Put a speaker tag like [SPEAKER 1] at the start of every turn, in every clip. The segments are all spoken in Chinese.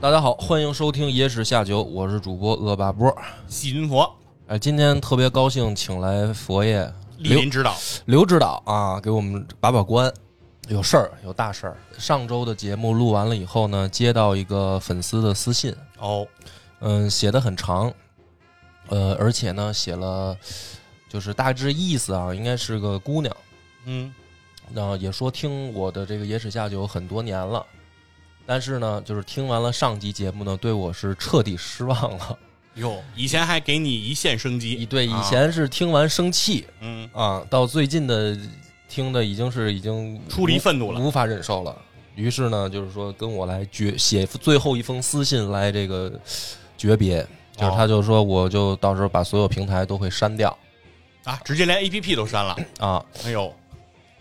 [SPEAKER 1] 大家好，欢迎收听《野史下酒》，我是主播恶霸波。
[SPEAKER 2] 细菌佛
[SPEAKER 1] 哎，今天特别高兴，请来佛爷
[SPEAKER 2] 莅
[SPEAKER 1] 刘
[SPEAKER 2] 临指导，
[SPEAKER 1] 刘指导啊，给我们把把关。有事儿，有大事儿。上周的节目录完了以后呢，接到一个粉丝的私信，
[SPEAKER 2] 哦，
[SPEAKER 1] 嗯，写的很长，呃，而且呢，写了就是大致意思啊，应该是个姑娘。
[SPEAKER 2] 嗯，
[SPEAKER 1] 那也说听我的这个《野史下酒》很多年了，但是呢，就是听完了上集节目呢，对我是彻底失望了。
[SPEAKER 2] 哟，以前还给你一线生
[SPEAKER 1] 以
[SPEAKER 2] 机，
[SPEAKER 1] 对以
[SPEAKER 2] 啊
[SPEAKER 1] 前是听完生气
[SPEAKER 2] 嗯，
[SPEAKER 1] 啊，到最近的听的已经是已经
[SPEAKER 2] 出离愤怒了，
[SPEAKER 1] 无法忍受了。于是呢，就是说跟我来诀写最后一封私信来这个诀别，就是他就说我就到时候把所有平台都会删掉
[SPEAKER 2] 啊，直接连 A P P 都删了，
[SPEAKER 1] 啊。
[SPEAKER 2] 哎呦，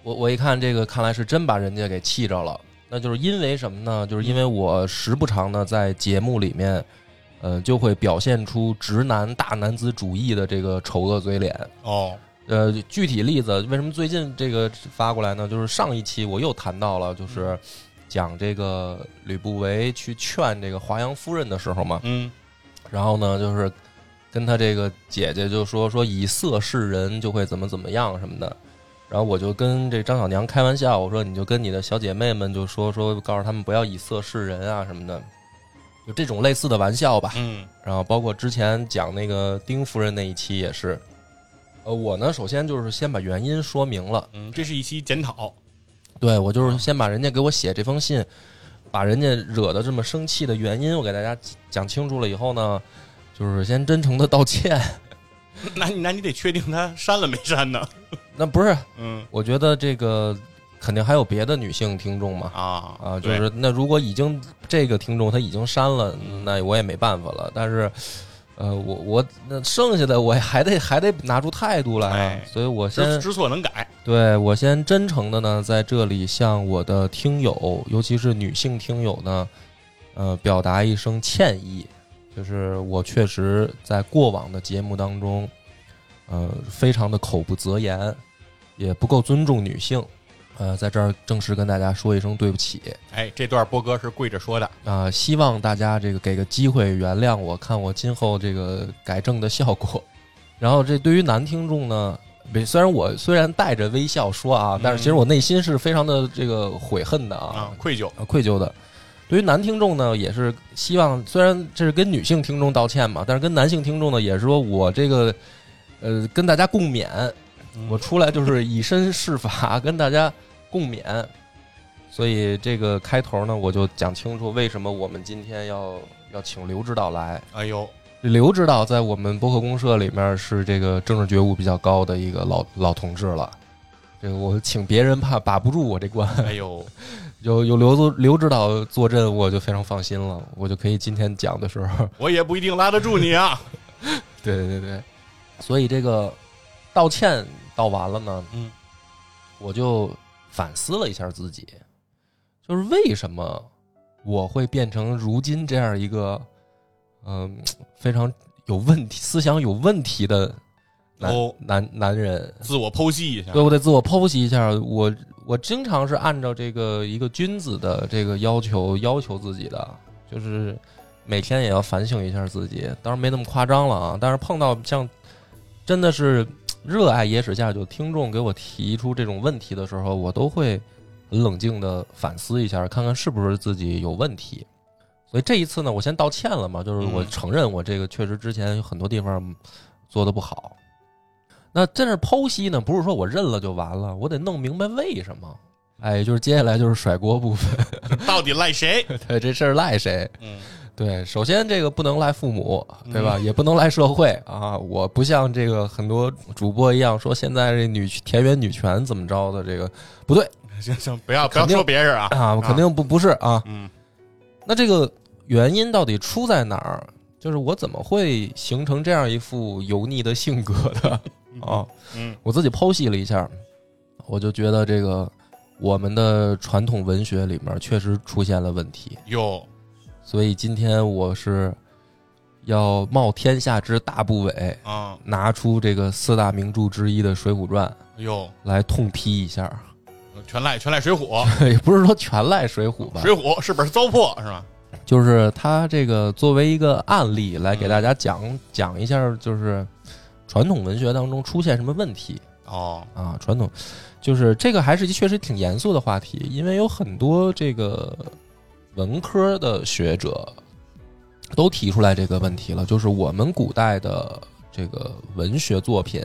[SPEAKER 1] 我我一看这个，看来是真把人家给气着了。那就是因为什么呢？就是因
[SPEAKER 2] 嗯
[SPEAKER 1] 为我时不常的在节目里面，呃，就会表现出直男大男子主义的这个丑恶嘴脸。
[SPEAKER 2] 哦，
[SPEAKER 1] 呃，具体例子为什么最近这个发过来呢？就是上一期我又谈到了，就是讲这个吕不韦去劝这个华阳夫人的时候嘛，
[SPEAKER 2] 嗯，
[SPEAKER 1] 然后呢，就是跟他这个姐姐就说说以色示人就会怎么怎么样什么的。然后我就跟这张小娘开玩笑，我说你就跟你的小姐妹们就说说，告诉他们不要以色示人啊什么的，就这种类似的玩笑吧。
[SPEAKER 2] 嗯，
[SPEAKER 1] 然后包括之前讲那个丁夫人那一期也是，呃，我呢首先就是先把原因说明了，啊
[SPEAKER 2] 嗯，这是一期检讨，
[SPEAKER 1] 对我就是先把人家给我写这封信，把人家惹得这么生气的原因我给大家讲清楚了以后呢，就是先真诚的道歉。
[SPEAKER 2] 那你那你得确定他删了没删呢，
[SPEAKER 1] 那不是，
[SPEAKER 2] 嗯，
[SPEAKER 1] 我觉得这个肯定还有别的女性听众嘛。
[SPEAKER 2] 啊
[SPEAKER 1] 啊，就
[SPEAKER 2] 对
[SPEAKER 1] 是那如果已经这个听众他已经删了，那我也没办法了。但是，呃，我我那剩下的我还得还得拿出态度来、啊
[SPEAKER 2] 哎，
[SPEAKER 1] 所以我
[SPEAKER 2] 知
[SPEAKER 1] 先
[SPEAKER 2] 知错能改，
[SPEAKER 1] 对我先真诚的呢，在这里向我的听友，尤其是女性听友呢，呃，表达一声歉意，就是我确实在过往的节目当中，呃，非常的口不择言，也不够尊重女性，呃，在这儿正式跟大家说一声对不起
[SPEAKER 2] 哎，这段波哥是跪着说的，
[SPEAKER 1] 啊、希望大家这个给个机会原谅我，看我今后这个改正的效果。然后这对于男听众呢，别虽然我虽然带着微笑说啊
[SPEAKER 2] 嗯，
[SPEAKER 1] 但是其实我内心是非常的这个悔恨的啊
[SPEAKER 2] 啊，，愧疚，
[SPEAKER 1] 啊愧疚的。对于男听众呢，也是希望，虽然这是跟女性听众道歉嘛，但是跟男性听众呢，也是说我这个，呃，跟大家共勉，
[SPEAKER 2] 嗯
[SPEAKER 1] 我出来就是以身试法，跟大家共勉。所以这个开头呢，我就讲清楚为什么我们今天要要请刘指导来。
[SPEAKER 2] 哎呦，
[SPEAKER 1] 刘指导在我们播客公社里面是这个政治觉悟比较高的一个老老同志了。这个我请别人怕把不住我这关，
[SPEAKER 2] 哎呦，
[SPEAKER 1] 有有刘总刘指导坐镇，我就非常放心了，我就可以今天讲的时候，
[SPEAKER 2] 我也不一定拉得住你 啊，
[SPEAKER 1] 对对对对，所以这个道歉道完了呢，
[SPEAKER 2] 嗯，
[SPEAKER 1] 我就反思了一下自己，就是为什么我会变成如今这样一个，嗯、非常有问题、思想有问题的男、
[SPEAKER 2] 哦啊
[SPEAKER 1] 男男人。
[SPEAKER 2] 自我剖析一下
[SPEAKER 1] 对，，我得自我剖析一下。我我经常是按照这个一个君子的这个要求要求自己的，就是每天也要反省一下自己。当然没那么夸张了啊，但是碰到像真的是热爱野史下酒听众给我提出这种问题的时候，我都会很冷静的反思一下，看看是不是自己有问题。所以这一次呢，我先道歉了嘛，就是我
[SPEAKER 2] 嗯
[SPEAKER 1] 承认我这个确实之前有很多地方做的不好。那在这剖析呢，不是说我认了就完了，我得弄明白为什么。哎，就是接下来就是甩锅部分，
[SPEAKER 2] 到底 赖谁？
[SPEAKER 1] 对这事儿赖谁？
[SPEAKER 2] 嗯，
[SPEAKER 1] 对，首先这个不能赖父母，对吧？也不能赖社会啊！我不像这个很多主播一样说现在这女田园女权怎么着的，这个不对
[SPEAKER 2] 行行，不要不要
[SPEAKER 1] 肯定
[SPEAKER 2] 说别人啊，
[SPEAKER 1] 啊，肯定不不是啊。
[SPEAKER 2] 嗯，
[SPEAKER 1] 那这个原因到底出在哪儿？就是我怎么会形成这样一副油腻的性格的啊？
[SPEAKER 2] 嗯，
[SPEAKER 1] 我自己剖析了一下，我就觉得这个我们的传统文学里面确实出现了问题，
[SPEAKER 2] 哟，
[SPEAKER 1] 所以今天我是要冒天下之大不韪，
[SPEAKER 2] 啊，
[SPEAKER 1] 拿出这个四大名著之一的《水浒传》
[SPEAKER 2] 哟，
[SPEAKER 1] 来痛批一下，
[SPEAKER 2] 全赖全赖水浒，
[SPEAKER 1] 也不是说全赖《水浒》吧
[SPEAKER 2] 水，浒是本糟粕是吧？
[SPEAKER 1] 就是他这个作为一个案例来给大家讲、讲一下，就是传统文学当中出现什么问题
[SPEAKER 2] 哦，
[SPEAKER 1] 啊？传统就是这个还是确实挺严肃的话题，因为有很多这个文科的学者都提出来这个问题了，就是我们古代的这个文学作品，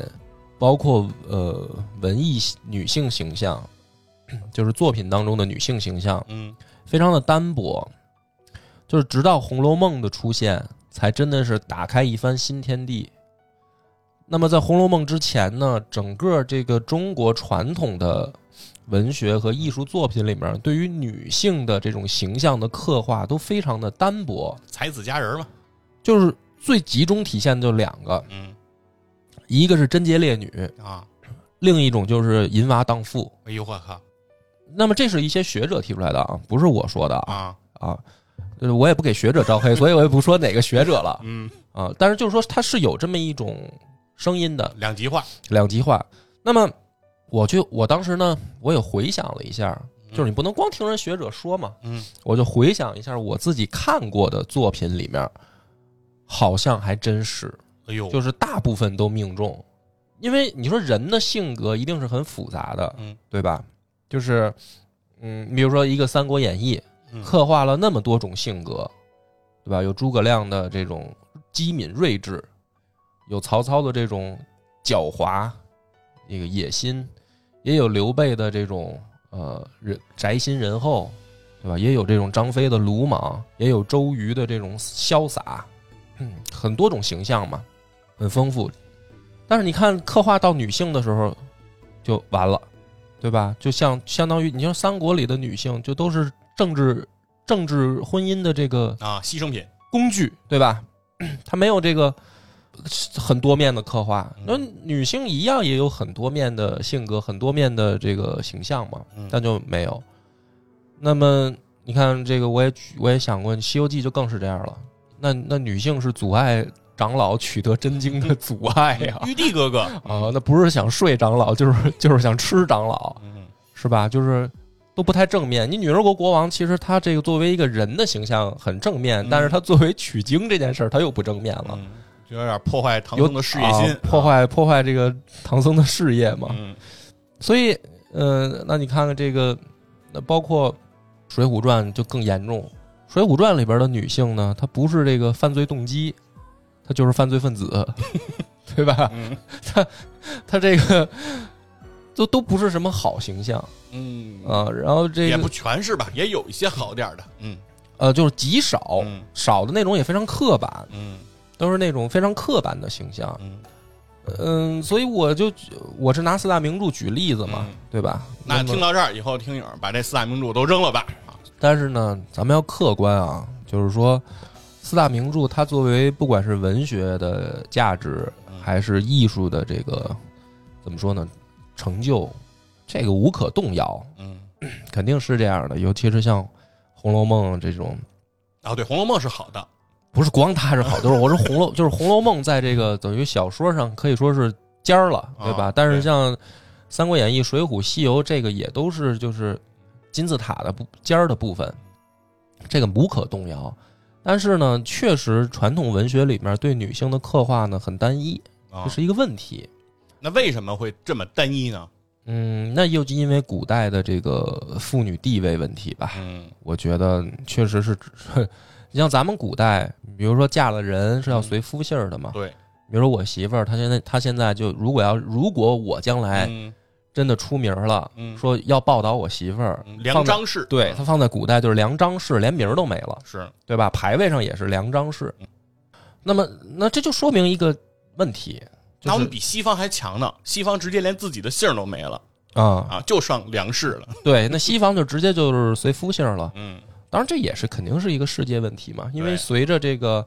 [SPEAKER 1] 包括呃文艺女性形象， 就是作品当中的女性形象，
[SPEAKER 2] 嗯，
[SPEAKER 1] 非常的单薄，就是直到《红楼梦》的出现，才真的是打开一番新天地。那么在《红楼梦》之前呢，整个这个中国传统的文学和艺术作品里面，对于女性的这种形象的刻画都非常的单薄，
[SPEAKER 2] 才子佳人嘛，
[SPEAKER 1] 就是最集中体现的就两个，
[SPEAKER 2] 嗯
[SPEAKER 1] 一个是贞洁烈女，
[SPEAKER 2] 啊，
[SPEAKER 1] 另一种就是淫娃荡妇。
[SPEAKER 2] 哎呦我靠
[SPEAKER 1] 那么这是一些学者提出来的啊，不是我说的啊
[SPEAKER 2] 啊，
[SPEAKER 1] 啊，呃我也不给学者招黑，所以我也不说哪个学者了。
[SPEAKER 2] 嗯，
[SPEAKER 1] 啊，但是就是说它是有这么一种声音的
[SPEAKER 2] 两极化，
[SPEAKER 1] 两极化。那么我就我当时呢，我也回想了一下，就是你不能光听人学者说嘛，
[SPEAKER 2] 嗯，
[SPEAKER 1] 我就回想一下我自己看过的作品里面，好像还真是，
[SPEAKER 2] 哎呦，
[SPEAKER 1] 就是大部分都命中，因为你说人的性格一定是很复杂的，
[SPEAKER 2] 嗯
[SPEAKER 1] 对吧？就是嗯，你比如说一个《三国演义》，
[SPEAKER 2] 嗯
[SPEAKER 1] 刻画了那么多种性格，对吧？有诸葛亮的这种机敏睿智，有曹操的这种狡猾，这个野心，也有刘备的这种呃人宅心仁厚，对吧？也有这种张飞的鲁莽，也有周瑜的这种潇洒，嗯，很多种形象嘛，很丰富。但是你看刻画到女性的时候，就完了。对吧？就像相当于你像三国里的女性，就都是政治政治婚姻的这个
[SPEAKER 2] 啊，牺牲品，
[SPEAKER 1] 工具，对吧？ 它没有这个呃很多面的刻画。那
[SPEAKER 2] 嗯
[SPEAKER 1] 女性一样也有很多面的性格，很多面的这个形象嘛，
[SPEAKER 2] 嗯
[SPEAKER 1] 但就没有。那么你看这个，我也举我也想过，《西游记》就更是这样了。那那女性是阻碍长老取得真经的阻碍呀、
[SPEAKER 2] 玉帝哥 哥，
[SPEAKER 1] 啊！那不是想睡长老，就是就是想吃长老。
[SPEAKER 2] 嗯
[SPEAKER 1] 是吧？就是都不太正面。你女儿国国王其实他这个作为一个人的形象很正面，
[SPEAKER 2] 嗯
[SPEAKER 1] 但是他作为取经这件事儿，他又不正面了，
[SPEAKER 2] 嗯，就有点破坏唐
[SPEAKER 1] 有
[SPEAKER 2] 僧的事业心
[SPEAKER 1] 啊，破坏破坏这个唐僧的事业嘛。
[SPEAKER 2] 嗯
[SPEAKER 1] 所以，呃，那你看看这个，那包括《水浒传》就更严重，《水浒传》里边的女性呢，她不是这个犯罪动机，她就是犯罪分子， 对吧？
[SPEAKER 2] 嗯
[SPEAKER 1] 她这个都都不是什么好形象
[SPEAKER 2] 嗯
[SPEAKER 1] 啊。然后这
[SPEAKER 2] 也
[SPEAKER 1] 个
[SPEAKER 2] 不全是吧，也有一些好点儿的，嗯
[SPEAKER 1] 呃，就是极少。
[SPEAKER 2] 嗯
[SPEAKER 1] 少的那种也非常刻板，
[SPEAKER 2] 嗯
[SPEAKER 1] 都是那种非常刻板的形象。
[SPEAKER 2] 嗯，
[SPEAKER 1] 嗯，所以我就我是拿四大名著举例子嘛，
[SPEAKER 2] 嗯
[SPEAKER 1] 对吧？
[SPEAKER 2] 那
[SPEAKER 1] 么
[SPEAKER 2] 听到这儿以后，听友把这四大名著都扔了吧，
[SPEAKER 1] 但是呢，咱们要客观啊，就是说四大名著它作为不管是文学的价值，
[SPEAKER 2] 嗯
[SPEAKER 1] 还是艺术的这个怎么说呢，成就，这个无可动摇，
[SPEAKER 2] 嗯。
[SPEAKER 1] 肯定是这样的。尤其是像《红楼梦》这种。
[SPEAKER 2] 啊，对，《红楼梦》是好的，
[SPEAKER 1] 不是光它是好， 就是我说《红楼》，就是《红楼梦》在这个等于小说上可以说是尖儿了，对吧？
[SPEAKER 2] 啊
[SPEAKER 1] 但是
[SPEAKER 2] 对
[SPEAKER 1] 像《三国演义》《水浒》《西游》这个也都是就是金字塔的不尖儿的部分，这个无可动摇。但是呢，确实传统文学里面对女性的刻画呢很单一，
[SPEAKER 2] 啊
[SPEAKER 1] 这，是一个问题。
[SPEAKER 2] 那为什么会这么单一呢？
[SPEAKER 1] 嗯，那又因为古代的这个妇女地位问题吧，
[SPEAKER 2] 嗯
[SPEAKER 1] 我觉得确实是， 你像咱们古代，比如说嫁了人
[SPEAKER 2] 嗯
[SPEAKER 1] 是要随夫姓儿的嘛，
[SPEAKER 2] 对，
[SPEAKER 1] 比如说我媳妇儿，她现在她现在就如果要如果我将来
[SPEAKER 2] 嗯
[SPEAKER 1] 真的出名了，
[SPEAKER 2] 嗯，
[SPEAKER 1] 说要报道我媳妇儿，
[SPEAKER 2] 嗯
[SPEAKER 1] 放
[SPEAKER 2] 梁
[SPEAKER 1] 在
[SPEAKER 2] 张氏，
[SPEAKER 1] 对
[SPEAKER 2] 嗯
[SPEAKER 1] 她放在古代就是梁张氏，连名儿都没了，
[SPEAKER 2] 是，
[SPEAKER 1] 对吧？牌位上也是梁张氏
[SPEAKER 2] 嗯。
[SPEAKER 1] 那么那这就说明一个问题，就
[SPEAKER 2] 那我们
[SPEAKER 1] 是
[SPEAKER 2] 比西方还强呢，西方直接连自己的姓儿都没了
[SPEAKER 1] 啊，
[SPEAKER 2] 啊，就剩梁氏了，
[SPEAKER 1] 对，那西方就直接就是随夫姓了。
[SPEAKER 2] 嗯
[SPEAKER 1] 当然，这也是肯定是一个世界问题嘛，因为
[SPEAKER 2] 对
[SPEAKER 1] 随着这个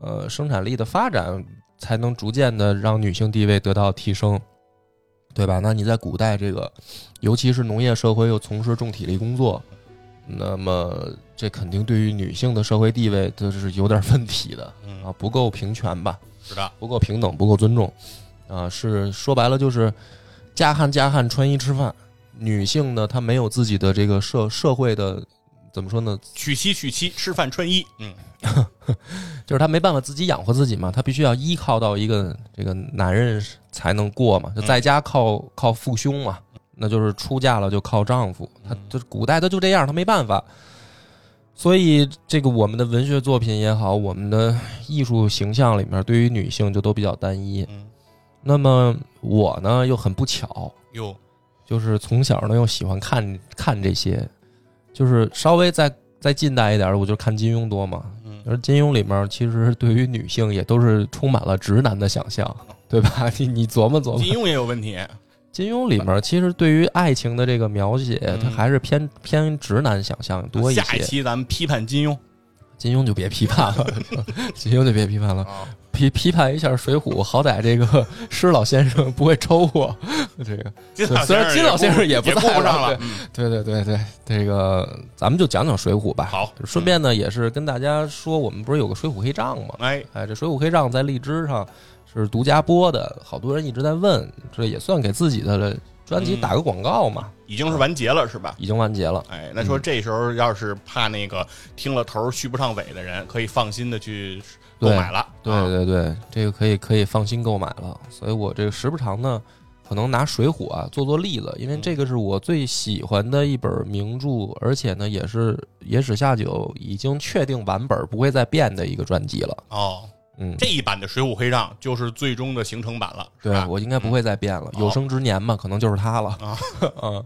[SPEAKER 1] 呃生产力的发展，才能逐渐的让女性地位得到提升，对吧？那你在古代这个，尤其是农业社会又从事重体力工作，那么这肯定对于女性的社会地位这是有点问题的
[SPEAKER 2] 嗯，
[SPEAKER 1] 啊，不够平权吧，
[SPEAKER 2] 是的，
[SPEAKER 1] 不够平等，不够尊重，啊，是说白了就是家汉家汉穿衣吃饭，女性呢她没有自己的这个社社会的怎么说呢？
[SPEAKER 2] 娶妻娶妻，吃饭穿衣，嗯，
[SPEAKER 1] 就是她没办法自己养活自己嘛，她必须要依靠到一个这个男人才能过嘛，就在家靠、靠父兄嘛，那就是出嫁了就靠丈夫，她就是古代她就这样，她没办法。所以，这个我们的文学作品也好，我们的艺术形象里面，对于女性就都比较单一。
[SPEAKER 2] 嗯
[SPEAKER 1] 那么我呢，又很不巧，
[SPEAKER 2] 哟，
[SPEAKER 1] 就是从小呢又喜欢看看这些，就是稍微再再近代一点儿，我就看金庸多嘛。
[SPEAKER 2] 嗯
[SPEAKER 1] 而金庸里面其实对于女性也都是充满了直男的想象，对吧？ 你你琢磨琢磨，
[SPEAKER 2] 嗯金庸也有问 题，
[SPEAKER 1] 金庸里面其实对于爱情的这个描写，
[SPEAKER 2] 嗯
[SPEAKER 1] 它还是偏偏直男想象多一
[SPEAKER 2] 下一
[SPEAKER 1] 些。
[SPEAKER 2] 期咱们批判金 庸
[SPEAKER 1] 金庸就别批判 了，金庸就别批判了，
[SPEAKER 2] 啊，
[SPEAKER 1] 批批判一下《水浒》，好歹这个施老先生不会抽我，这个
[SPEAKER 2] 金老
[SPEAKER 1] 虽然金老先生也
[SPEAKER 2] 也
[SPEAKER 1] 不
[SPEAKER 2] 顾
[SPEAKER 1] 在
[SPEAKER 2] 不上
[SPEAKER 1] 了
[SPEAKER 2] 了，嗯
[SPEAKER 1] 对对对对，这个咱们就讲讲《水浒》吧。
[SPEAKER 2] 好，
[SPEAKER 1] 顺便呢也是跟大家说，我们不是有个《水浒黑账》吗？
[SPEAKER 2] 哎，
[SPEAKER 1] 哎，这《水浒黑账》在荔枝上是独家播的，好多人一直在问，这也算给自己的专
[SPEAKER 2] 嗯
[SPEAKER 1] 辑打个广告嘛。
[SPEAKER 2] 已经是完结了是吧？
[SPEAKER 1] 已经完结了，
[SPEAKER 2] 哎，那说这时候要是怕那个听了头儿续不上尾的人，可以放心的去购买了。
[SPEAKER 1] 对
[SPEAKER 2] 啊
[SPEAKER 1] 对对，这个可以可以放心购买了。所以我这个时不常呢，可能拿《水浒》啊做做例子，因为
[SPEAKER 2] 嗯
[SPEAKER 1] 这个是我最喜欢的一本名著，而且呢也是野史下酒已经确定版本不会再变的一个专辑了。
[SPEAKER 2] 哦，
[SPEAKER 1] 嗯，
[SPEAKER 2] 这一版的《水浒黑账》就是最终的形成版了，是
[SPEAKER 1] 对
[SPEAKER 2] 吧？
[SPEAKER 1] 我应该不会再变了，
[SPEAKER 2] 啊嗯
[SPEAKER 1] 有生之年嘛，可能就是他了
[SPEAKER 2] 啊。
[SPEAKER 1] 嗯，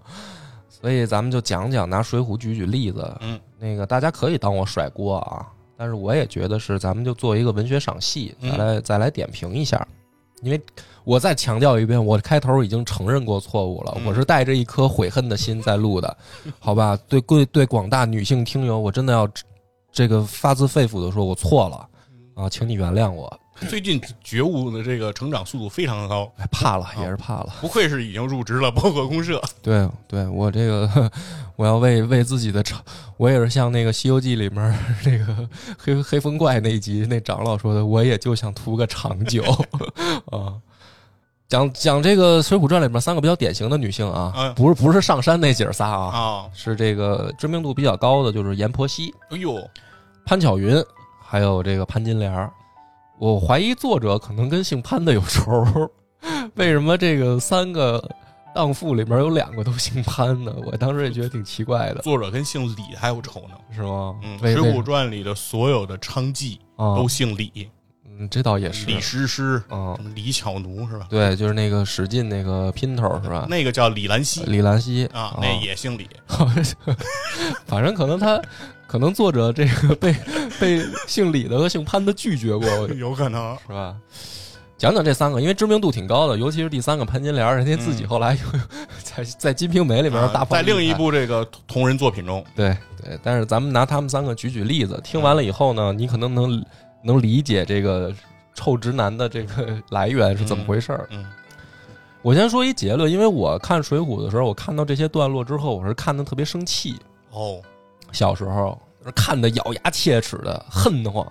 [SPEAKER 1] 所以咱们就讲讲，拿《水浒》举举例子。
[SPEAKER 2] 嗯，
[SPEAKER 1] 那个大家可以当我甩锅啊，但是我也觉得是，咱们就做一个文学赏析，
[SPEAKER 2] 嗯
[SPEAKER 1] 再来再来点评一下。因为我再强调一遍，我开头已经承认过错误了，
[SPEAKER 2] 嗯
[SPEAKER 1] 我是带着一颗悔恨的心在录 的，好吧？对对对，广大女性听友，我真的要这个发自肺腑的说，我错了
[SPEAKER 2] 嗯
[SPEAKER 1] 啊，请你原谅我，
[SPEAKER 2] 最近觉悟的这个成长速度非 常高，
[SPEAKER 1] 哎怕
[SPEAKER 2] 哦
[SPEAKER 1] 了也是怕了。
[SPEAKER 2] 不愧是已经入职了包括公社。
[SPEAKER 1] 对对，我这个我要为为自己的成，我也是像那个《西游记》里面儿那个黑黑风怪那一集那长老说的，我也就想图个长久 啊。讲讲这个《水浒传》里面三个比较典型的女性啊
[SPEAKER 2] 嗯，
[SPEAKER 1] 不是不是上山那姐儿仨啊，
[SPEAKER 2] 啊，
[SPEAKER 1] 是这个知名度比较高的就是阎婆惜、
[SPEAKER 2] 哎呦，
[SPEAKER 1] 潘巧云，还有这个潘金莲儿。我怀疑作者可能跟姓潘的有仇儿， 为什么这个三个荡妇里面有两个都姓潘呢？我当时也觉得挺奇怪的，
[SPEAKER 2] 作者跟姓李还有仇呢。
[SPEAKER 1] 是吗？
[SPEAKER 2] 嗯，《
[SPEAKER 1] 为
[SPEAKER 2] 水
[SPEAKER 1] 为
[SPEAKER 2] 浒传》里的所有的娼妓
[SPEAKER 1] 啊
[SPEAKER 2] 都，姓李，
[SPEAKER 1] 嗯，这倒也是，
[SPEAKER 2] 李师师，
[SPEAKER 1] 嗯
[SPEAKER 2] 什，么李巧奴是吧？
[SPEAKER 1] 对，就是那个史进那个姘头是吧？
[SPEAKER 2] 那个叫李兰溪
[SPEAKER 1] 李兰溪
[SPEAKER 2] 啊，那也姓李。
[SPEAKER 1] 反正可能他，可能作者这个被被姓李的和姓潘的拒绝过，我
[SPEAKER 2] 有可能，
[SPEAKER 1] 是吧？讲讲这三个，因为知名度挺高的，尤其是第三个潘金莲儿，人家自己后来又、 在在《金瓶梅》里面大
[SPEAKER 2] 嗯啊
[SPEAKER 1] 放、
[SPEAKER 2] 在另一，部这个同人作品中，
[SPEAKER 1] 对对。但是咱们拿他们三个举举例子，听完了
[SPEAKER 2] 嗯
[SPEAKER 1] 以后呢，你可能能能理解这个臭直男的这个 来源是怎么回事儿。
[SPEAKER 2] 嗯
[SPEAKER 1] 我先说一结论，因为我看《水浒》的时候，我看到这些段落之后，我是看的特别生气，
[SPEAKER 2] 哦，
[SPEAKER 1] 小时候看的咬牙切齿的，恨得慌，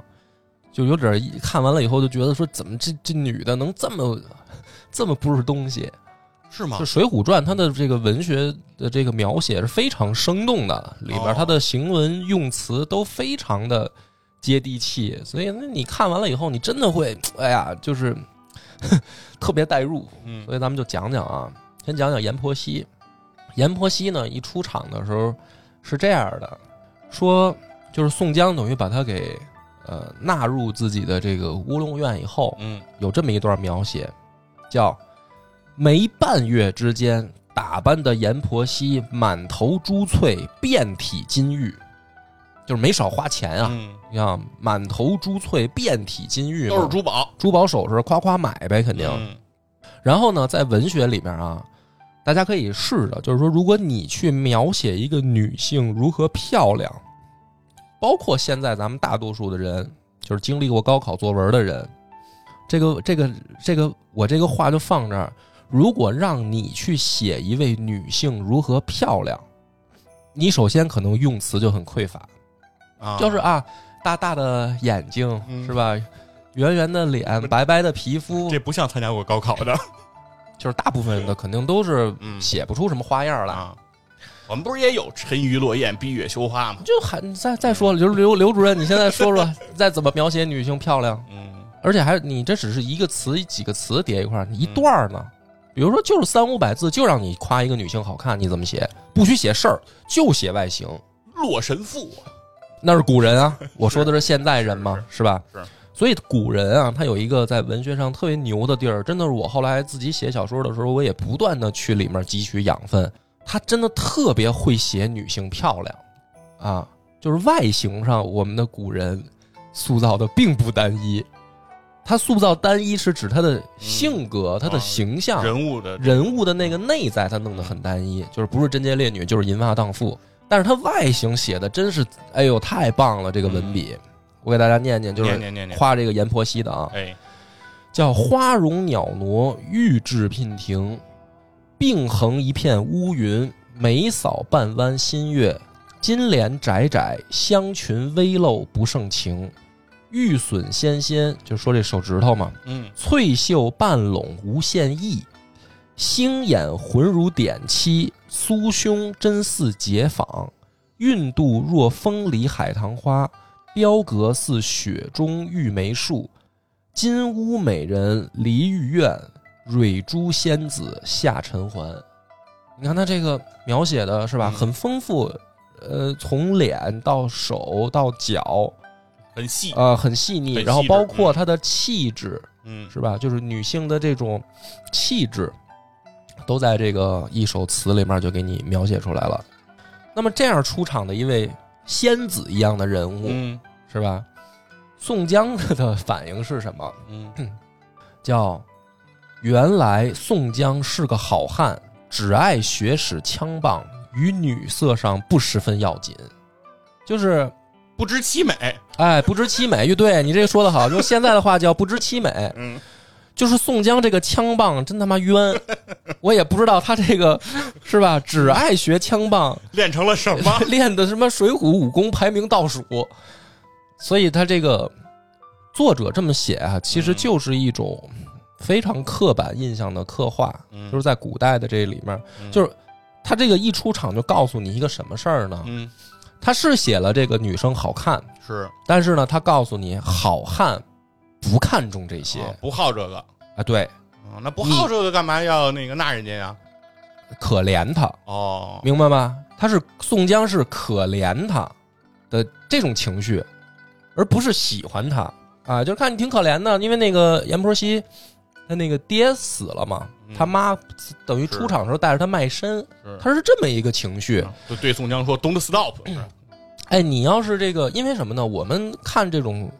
[SPEAKER 1] 就有点一看完了以后就觉得说，怎么这这女的能这么这么不是东西？
[SPEAKER 2] 是吗
[SPEAKER 1] 就《水浒传》，它的这个文学的这个描写是非常生动的，里边
[SPEAKER 2] 哦
[SPEAKER 1] 它的行文用词都非常的接地气，所以那你看完了以后，你真的会，哎呀，就是 特别代入。
[SPEAKER 2] 嗯
[SPEAKER 1] 所以咱们就讲讲啊，先讲讲阎婆惜。阎婆惜呢，一出场的时候是这样的，说就是宋江等于把他给呃纳入自己的这个乌龙院以后，
[SPEAKER 2] 嗯，
[SPEAKER 1] 有这么一段描写，叫“没半月之间，打扮的阎婆惜满头珠翠，遍体金玉”，就是没少花钱啊。
[SPEAKER 2] 嗯
[SPEAKER 1] 你看，满头珠翠，遍体金玉嘛，
[SPEAKER 2] 都是珠宝，
[SPEAKER 1] 珠宝首饰，夸夸买呗，肯定。
[SPEAKER 2] 嗯
[SPEAKER 1] 然后呢，在文学里面啊，大家可以试着，就是说，如果你去描写一个女性如何漂亮，包括现在咱们大多数的人，就是经历过高考作文的人，这个这个这个，我这个话就放这儿。如果让你去写一位女性如何漂亮，你首先可能用词就很匮乏，
[SPEAKER 2] 啊，
[SPEAKER 1] 就是啊，大大的眼睛、
[SPEAKER 2] 嗯
[SPEAKER 1] 是吧？圆圆的脸，白白的皮肤，
[SPEAKER 2] 这不像参加过高考的，
[SPEAKER 1] 就是大部分的肯定都是
[SPEAKER 2] 嗯
[SPEAKER 1] 写不出什么花样来。
[SPEAKER 2] 啊，我们不是也有沉鱼落雁、闭月羞花吗？
[SPEAKER 1] 就还再再说了，就是刘刘主任，你现在说 说再怎么描写女性漂亮，
[SPEAKER 2] 嗯，
[SPEAKER 1] 而且还你这只是一个词几个词叠一块儿，你一段儿呢，比如说就是三五百字，就让你夸一个女性好看，你怎么写？不许写事儿，就写外形，
[SPEAKER 2] 洛神赋啊
[SPEAKER 1] 那是古人 啊，我说的是现代人嘛，是吧？
[SPEAKER 2] 是。
[SPEAKER 1] 所以古人啊，他有一个在文学上特别牛的地儿，真的是我后来自己写小说的时候，我也不断的去里面汲取养分。他真的特别会写女性漂亮，啊，就是外形上我们的古人塑造的并不单一，他塑造单一是指他的性格、他的
[SPEAKER 2] 啊
[SPEAKER 1] 形象、
[SPEAKER 2] 人物的
[SPEAKER 1] 人物的那个内在，他弄得很单一，就是不是贞洁烈女，就是银发荡妇。但是他外形写的真是，哎呦，太棒了！这个文笔，我给大家念念，就
[SPEAKER 2] 嗯念
[SPEAKER 1] 是
[SPEAKER 2] 念念念，
[SPEAKER 1] 夸这个阎婆惜的啊，
[SPEAKER 2] 哎，
[SPEAKER 1] 叫“花容鸟挪，玉质娉婷，并横一片乌云，眉扫半弯新月。金莲窄窄，香裙微露不胜情。玉笋纤纤，就说这手指头嘛，
[SPEAKER 2] 嗯，
[SPEAKER 1] 翠袖半拢无限意，星眼浑如点漆，酥胸真似解舫，韵度若风里海棠花，标格似雪中玉梅树。金屋美人离玉院，蕊珠仙子下尘寰。你看他这个描写的是吧，
[SPEAKER 2] 嗯
[SPEAKER 1] 很丰富，呃，从脸到手到脚，
[SPEAKER 2] 很细，
[SPEAKER 1] 呃，很细腻，
[SPEAKER 2] 很
[SPEAKER 1] 然后
[SPEAKER 2] 细致
[SPEAKER 1] 包括她的气质，
[SPEAKER 2] 嗯，
[SPEAKER 1] 是吧？就是女性的这种气质，都在这个一首词里面就给你描写出来了。那么这样出场的一位仙子一样的人物，
[SPEAKER 2] 嗯
[SPEAKER 1] 是吧？宋江的反应是什么？
[SPEAKER 2] 嗯，
[SPEAKER 1] 叫原来宋江是个好汉，只爱学使枪棒，于女色上不十分要紧。就是
[SPEAKER 2] 不知其美，
[SPEAKER 1] 哎，不知其美，对你这个说的好，用现在的话叫不知其美。
[SPEAKER 2] 嗯，
[SPEAKER 1] 就是宋江这个枪棒真他妈冤，我也不知道他这个是吧，只爱学枪棒，
[SPEAKER 2] 练成了什 么？
[SPEAKER 1] 练的什么水浒武功排名倒数，所以他这个作者这么写啊，其实就是一种非常刻板印象的刻画，
[SPEAKER 2] 嗯
[SPEAKER 1] 就是在古代的这里面，就是他这个一出场就告诉你一个什么事儿呢？
[SPEAKER 2] 嗯，
[SPEAKER 1] 他是写了这个女生好看，
[SPEAKER 2] 是
[SPEAKER 1] 但是呢，他告诉你好汉不看重这些
[SPEAKER 2] 啊不好这个
[SPEAKER 1] 啊，对，
[SPEAKER 2] 啊，那不好这个干嘛要那个纳人家呀？
[SPEAKER 1] 可怜他。
[SPEAKER 2] 哦，
[SPEAKER 1] 明白吗？他是宋江是可怜他的这种情绪，而不是喜欢他啊，就是看你挺可怜的，因为那个阎婆惜他那个爹死了嘛，
[SPEAKER 2] 嗯
[SPEAKER 1] 他妈等于
[SPEAKER 2] 是
[SPEAKER 1] 出场的时候带着他卖身，
[SPEAKER 2] 是
[SPEAKER 1] 他是这么一个情绪。
[SPEAKER 2] 啊就对宋江说 “Don't stop”，是 吧
[SPEAKER 1] 哎，你要是这个，因为什么呢？我们看这种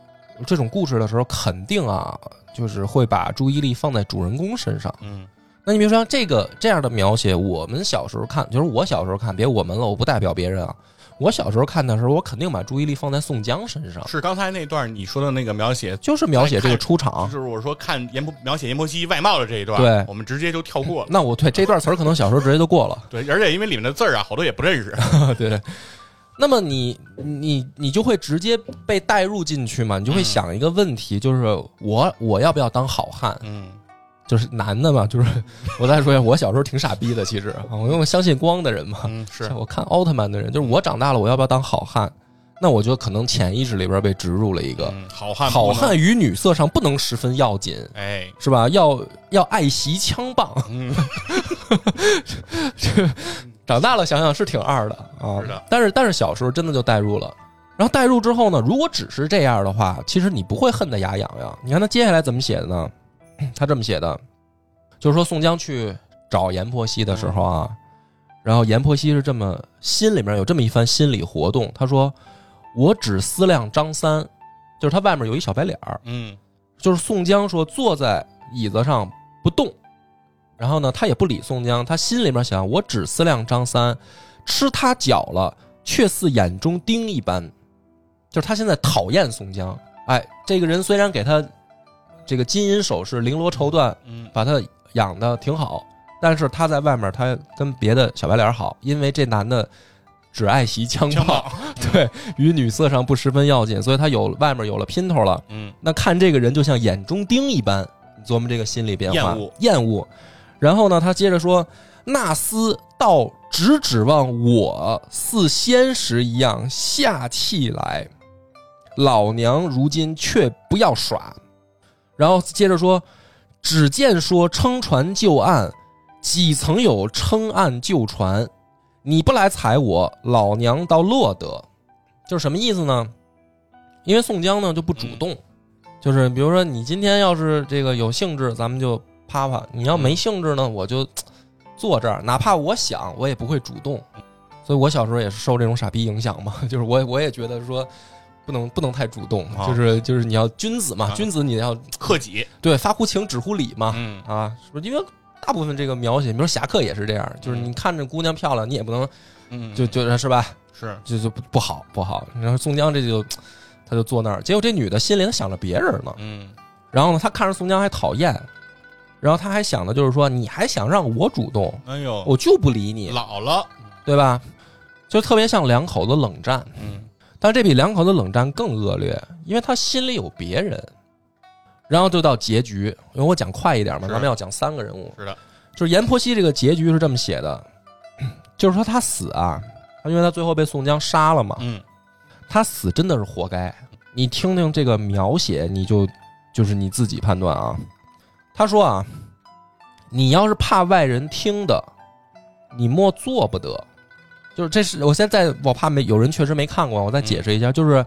[SPEAKER 1] 这种故事的时候，肯定啊，就是会把注意力放在主人公身上。
[SPEAKER 2] 嗯
[SPEAKER 1] 那你比如说这个这样的描写，我们小时候看，就是我小时候看，别我们了，我不代表别人啊。我小时候看的时候，我肯定把注意力放在宋江身上，
[SPEAKER 2] 是刚才那段你说的那个描写，
[SPEAKER 1] 就是描写这个出
[SPEAKER 2] 就
[SPEAKER 1] 场。
[SPEAKER 2] 是我说看阎婆描写阎婆惜外貌的这一段，
[SPEAKER 1] 啊对
[SPEAKER 2] 我们直接就跳过了。
[SPEAKER 1] 那我对这段词儿可能小时候直接就过了，
[SPEAKER 2] 对，而且因为里面的字儿啊，好多也不认识。
[SPEAKER 1] 对对。那么你你你就会直接被带入进去嘛？你就会想一个问题，就是我我要不要当好汉？
[SPEAKER 2] 嗯，
[SPEAKER 1] 就是男的嘛，就是 我再说一下，我小时候挺傻逼的，其实啊，我因为相信光的人嘛，
[SPEAKER 2] 嗯，是
[SPEAKER 1] 像我看奥特曼的人，就是我长大了，我要不要当好汉？那我就可能潜意识里边被植入了一个
[SPEAKER 2] 嗯好汉，
[SPEAKER 1] 好，汉与女色上不能十分要紧，
[SPEAKER 2] 哎，
[SPEAKER 1] 是吧？要要爱惜枪棒。
[SPEAKER 2] 嗯，
[SPEAKER 1] 长大了想想是挺二的啊，
[SPEAKER 2] 是的
[SPEAKER 1] 但是但是小时候真的就代入了。然后代入之后呢，如果只是这样的话，其实你不会恨得牙痒痒。你看他接下来怎么写的呢？ 他这么写的，就是说宋江去找阎婆惜的时候啊，然后阎婆惜是这么心里面有这么一番心理活动，他说：“我只思量张三，就是他外面有一小白脸儿，
[SPEAKER 2] 嗯
[SPEAKER 1] 就是宋江说坐在椅子上不动，然后呢，他也不理宋江，他心里面想：我只思量张三，吃他脚了，却似眼中钉一般。就是他现在讨厌宋江，哎，这个人虽然给他这个金银首饰、绫罗绸缎，
[SPEAKER 2] 嗯，
[SPEAKER 1] 把他养的挺好，但是他在外面他跟别的小白脸好，因为这男的只爱惜枪
[SPEAKER 2] 枪
[SPEAKER 1] 炮，
[SPEAKER 2] 棒，
[SPEAKER 1] 对，与女色上不十分要紧，所以他有外面有了姘头了。
[SPEAKER 2] 嗯
[SPEAKER 1] 那看这个人就像眼中钉一般，你琢磨这个心理变化，
[SPEAKER 2] 厌恶
[SPEAKER 1] 厌恶然后呢，他接着说：“那厮道只指望我似先时一样下气来，老娘如今却不要耍。然后接着说，只见说撑船就岸，几曾有撑岸就船？你不来踩我，老娘倒落得。就是什么意思呢？因为宋江呢就不主
[SPEAKER 2] 嗯
[SPEAKER 1] 动，就是比如说你今天要是这个有兴致，咱们就啪啪；你要没兴致呢，我就坐这儿，哪怕我想，我也不会主动。所以我小时候也是受这种傻逼影响嘛， 就是我也我也觉得说不能不能太主动，
[SPEAKER 2] 啊
[SPEAKER 1] 就是就是你要君子嘛，
[SPEAKER 2] 啊
[SPEAKER 1] 君子你要
[SPEAKER 2] 克己，
[SPEAKER 1] 对发乎情止乎礼嘛，
[SPEAKER 2] 嗯，
[SPEAKER 1] 啊，是不是因为大部分这个描写，比如侠客也是这样，就是你看着姑娘漂亮，你也不能
[SPEAKER 2] 嗯，
[SPEAKER 1] 就就是是吧，
[SPEAKER 2] 是
[SPEAKER 1] 就就不不好不好。然后宋江这就他就坐那儿，结果这女的心里头想着别人呢，
[SPEAKER 2] 嗯
[SPEAKER 1] 然后呢，她看着宋江还讨厌，然后她还想的就是说，你还想让我主动，
[SPEAKER 2] 哎呦，
[SPEAKER 1] 我就不理哦你，
[SPEAKER 2] 老了，
[SPEAKER 1] 对吧？就特别像两口子冷战，
[SPEAKER 2] 嗯
[SPEAKER 1] 但这比两口子冷战更恶劣，因为他心里有别人。然后就到结局，因为我讲快一点嘛，
[SPEAKER 2] 是
[SPEAKER 1] 咱们要讲三个人物。
[SPEAKER 2] 是的，
[SPEAKER 1] 就是阎婆惜这个结局是这么写的， 就是说他死啊，他因为他最后被宋江杀了嘛，
[SPEAKER 2] 嗯
[SPEAKER 1] 他死真的是活该。你听听这个描写，你就就是你自己判断啊。他说啊，你要是怕外人听的，你莫做不得。就是这是我现在我怕没有人确实没看过，我再解释一下，就是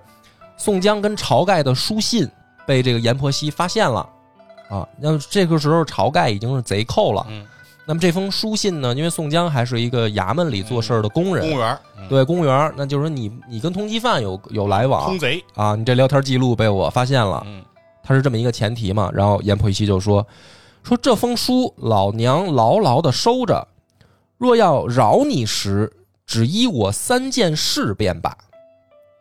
[SPEAKER 1] 宋江跟晁盖的书信被这个阎婆惜发现了啊。那这个时候晁盖已经是贼寇了，
[SPEAKER 2] 嗯，
[SPEAKER 1] 那么这封书信呢，因为宋江还是一个衙门里做事儿的工
[SPEAKER 2] 公
[SPEAKER 1] 人，
[SPEAKER 2] 务员，嗯，
[SPEAKER 1] 啊对公务员儿，那就是说你你跟通缉犯有有来往
[SPEAKER 2] 通贼，
[SPEAKER 1] 啊，你这聊天记录被我发现了，
[SPEAKER 2] 嗯
[SPEAKER 1] 他是这么一个前提嘛。然后阎婆惜就说说这封书老娘牢牢的收着，若要饶你时，只依我三件事便罢。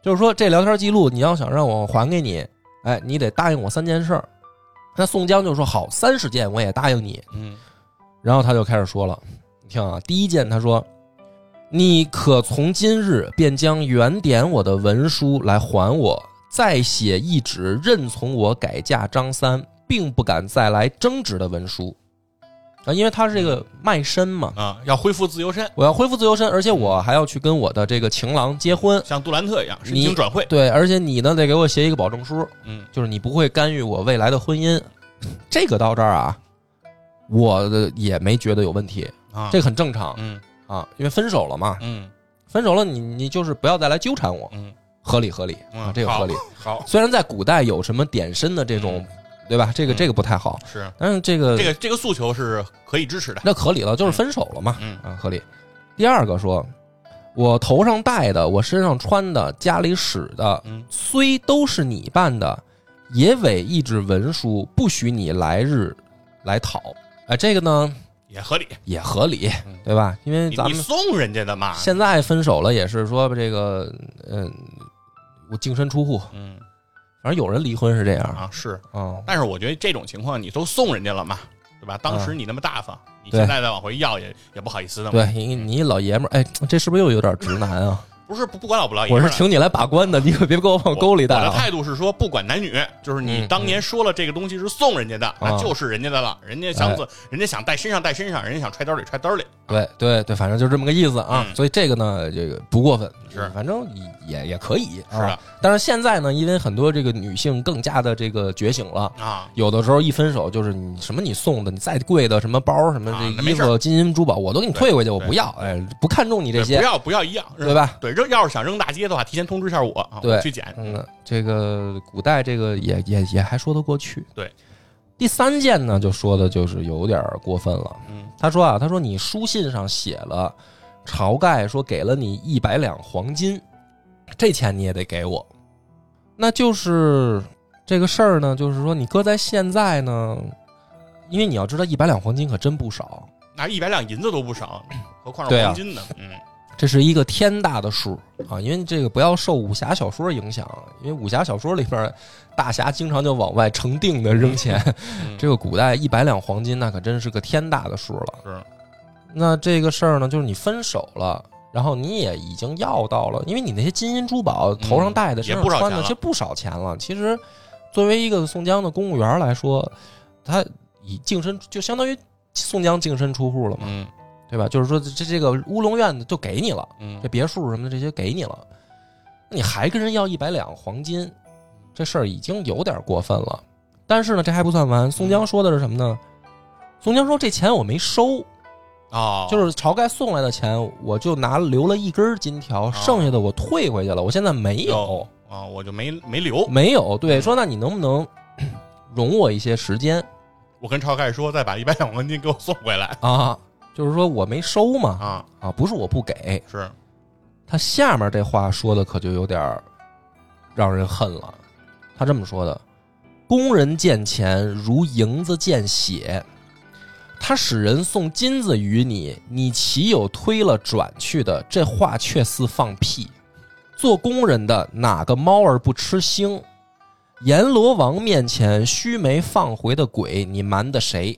[SPEAKER 1] 就是说这聊天记录你要想让我还给你，哎，你得答应我三件事儿。那宋江就说好，三十件我也答应你。
[SPEAKER 2] 嗯
[SPEAKER 1] 然后他就开始说了，你听啊，第一件他说：“你可从今日便将原点我的文书来还我，再写一纸认从我改嫁张三，并不敢再来争执的文书。”啊，因为他是这个卖身嘛，
[SPEAKER 2] 啊，要恢复自由身，
[SPEAKER 1] 我要恢复自由身，而且我还要去跟我的这个情郎结婚。
[SPEAKER 2] 像杜兰特一样申
[SPEAKER 1] 你
[SPEAKER 2] 请转会，
[SPEAKER 1] 对，而且你呢得给我写一个保证书，
[SPEAKER 2] 嗯
[SPEAKER 1] 就是你不会干预我未来的婚姻。这个到这儿啊，我的也没觉得有问题，
[SPEAKER 2] 啊，
[SPEAKER 1] 这个很正常。
[SPEAKER 2] 嗯
[SPEAKER 1] 啊，因为分手了嘛，
[SPEAKER 2] 嗯
[SPEAKER 1] 分手了你你就是不要再来纠缠我，
[SPEAKER 2] 嗯
[SPEAKER 1] 合理合理
[SPEAKER 2] 嗯
[SPEAKER 1] 啊，这个
[SPEAKER 2] 好
[SPEAKER 1] 合理。
[SPEAKER 2] 好
[SPEAKER 1] 虽然在古代有什么点身的这种，对吧？这个
[SPEAKER 2] 嗯
[SPEAKER 1] 这个不太好，
[SPEAKER 2] 是
[SPEAKER 1] 但是这个
[SPEAKER 2] 这个这个诉求是可以支持的，
[SPEAKER 1] 那合理了，就是分手了嘛，
[SPEAKER 2] 嗯
[SPEAKER 1] 啊，合理。第二个说，我头上戴的，我身上穿的，家里使的，
[SPEAKER 2] 嗯
[SPEAKER 1] 虽都是你办的，也委一纸文书，不许你来日来讨。哎，这个呢
[SPEAKER 2] 也合理，
[SPEAKER 1] 也合理
[SPEAKER 2] 嗯，
[SPEAKER 1] 对吧？因为
[SPEAKER 2] 你
[SPEAKER 1] 咱
[SPEAKER 2] 你
[SPEAKER 1] 们
[SPEAKER 2] 送人家的嘛，
[SPEAKER 1] 现在分手了也是说这个，嗯，我净身出户，
[SPEAKER 2] 嗯
[SPEAKER 1] 反正有人离婚是这样啊
[SPEAKER 2] 啊是，。
[SPEAKER 1] 嗯
[SPEAKER 2] 但是我觉得这种情况你都送人家了嘛，对吧？当时你那么大方，你
[SPEAKER 1] 嗯对
[SPEAKER 2] 现在再往回要也也不好意思的嘛。
[SPEAKER 1] 对你，你老爷们儿，哎，这是不是又有点直男啊？
[SPEAKER 2] 不是不不管老不老爷
[SPEAKER 1] 我
[SPEAKER 2] 们儿
[SPEAKER 1] 是
[SPEAKER 2] 了，
[SPEAKER 1] 请你来把关的，你可别给我往沟里带
[SPEAKER 2] 我的
[SPEAKER 1] 啊！
[SPEAKER 2] 态度是说，不管男女，就是你
[SPEAKER 1] 嗯啊
[SPEAKER 2] 当年说了这个东西是送人家的，那就是人家的了。人家想
[SPEAKER 1] 哎
[SPEAKER 2] 怎，人家想带身上带身上，人家想揣兜里揣兜里。
[SPEAKER 1] 对对对，反正就这么个意思啊。
[SPEAKER 2] 嗯
[SPEAKER 1] 所以这个呢，这个不过分，
[SPEAKER 2] 是
[SPEAKER 1] 反正也也可以
[SPEAKER 2] 是
[SPEAKER 1] 啊
[SPEAKER 2] 的。
[SPEAKER 1] 但是现在呢，因为很多这个女性更加的这个觉醒了。
[SPEAKER 2] 啊，
[SPEAKER 1] 有的时候一分手就是你什么你送的，你再贵的什么包什么
[SPEAKER 2] 啊那
[SPEAKER 1] 这
[SPEAKER 2] 没
[SPEAKER 1] 衣
[SPEAKER 2] 事
[SPEAKER 1] 服、金银珠宝，我都给你退回去，我
[SPEAKER 2] 对
[SPEAKER 1] 不要，哎，不看重你这
[SPEAKER 2] 对
[SPEAKER 1] 些
[SPEAKER 2] 不，要不要一样，是
[SPEAKER 1] 对？吧？
[SPEAKER 2] 对，扔要是想扔大街的话，提前通知一下我啊，
[SPEAKER 1] 对
[SPEAKER 2] 我去捡。
[SPEAKER 1] 嗯，这个古代这个也也也还说得过去。
[SPEAKER 2] 对，
[SPEAKER 1] 第三件呢，就说的就是有点儿过分了。
[SPEAKER 2] 嗯
[SPEAKER 1] 他说啊，他说你书信上写了，晁盖说给了你一百两黄金，这钱你也得给我。那就是这个事儿呢，就是说你搁在现在呢，因为你要知道一百两黄金可真不少，
[SPEAKER 2] 拿一百两银子都不少， 何况
[SPEAKER 1] 对
[SPEAKER 2] 是
[SPEAKER 1] 啊
[SPEAKER 2] 黄金呢？嗯，
[SPEAKER 1] 这是一个天大的数啊！因为这个不要受武侠小说影响，因为武侠小说里边大侠经常就往外成锭的扔钱，
[SPEAKER 2] 嗯
[SPEAKER 1] 这个古代一百两黄金那可真是个天大的数了。
[SPEAKER 2] 是
[SPEAKER 1] 那这个事儿呢，就是你分手了。然后你也已经要到了，因为你那些金银珠宝、头上戴的、身
[SPEAKER 2] 嗯也
[SPEAKER 1] 上
[SPEAKER 2] 不少
[SPEAKER 1] 穿的，
[SPEAKER 2] 钱了
[SPEAKER 1] 其实不少钱了。其实，作为一个宋江的公务员来说，他已净身就相当于宋江净身出户了嘛。
[SPEAKER 2] 嗯
[SPEAKER 1] 对吧？就是说这这个乌龙院就给你了，
[SPEAKER 2] 嗯
[SPEAKER 1] 这，别墅什么的这些给你了，那你还跟人要一百两黄金，这事儿已经有点过分了。但是呢，这还不算完，宋江说的是什么呢？宋江说这钱我没收，
[SPEAKER 2] 哦，
[SPEAKER 1] 就是晁盖送来的钱，我就拿留了一根金条，剩下的我退回去了，我现在没有
[SPEAKER 2] 哦有，啊，我就没没留。
[SPEAKER 1] 没有。对，说那你能不能 容我一些时间
[SPEAKER 2] 我跟晁盖说，再把一百两黄金给我送回来
[SPEAKER 1] 啊？就是说我没收嘛，
[SPEAKER 2] 啊！
[SPEAKER 1] 啊，不是我不给，
[SPEAKER 2] 是，
[SPEAKER 1] 他下面这话说的可就有点儿让人恨了。他这么说的：“工人见钱如蝇子见血，他使人送金子与你，你岂有推了转去的？这话却似放屁。做工人的哪个猫儿不吃腥？阎罗王面前须眉放回的鬼，你瞒的谁？”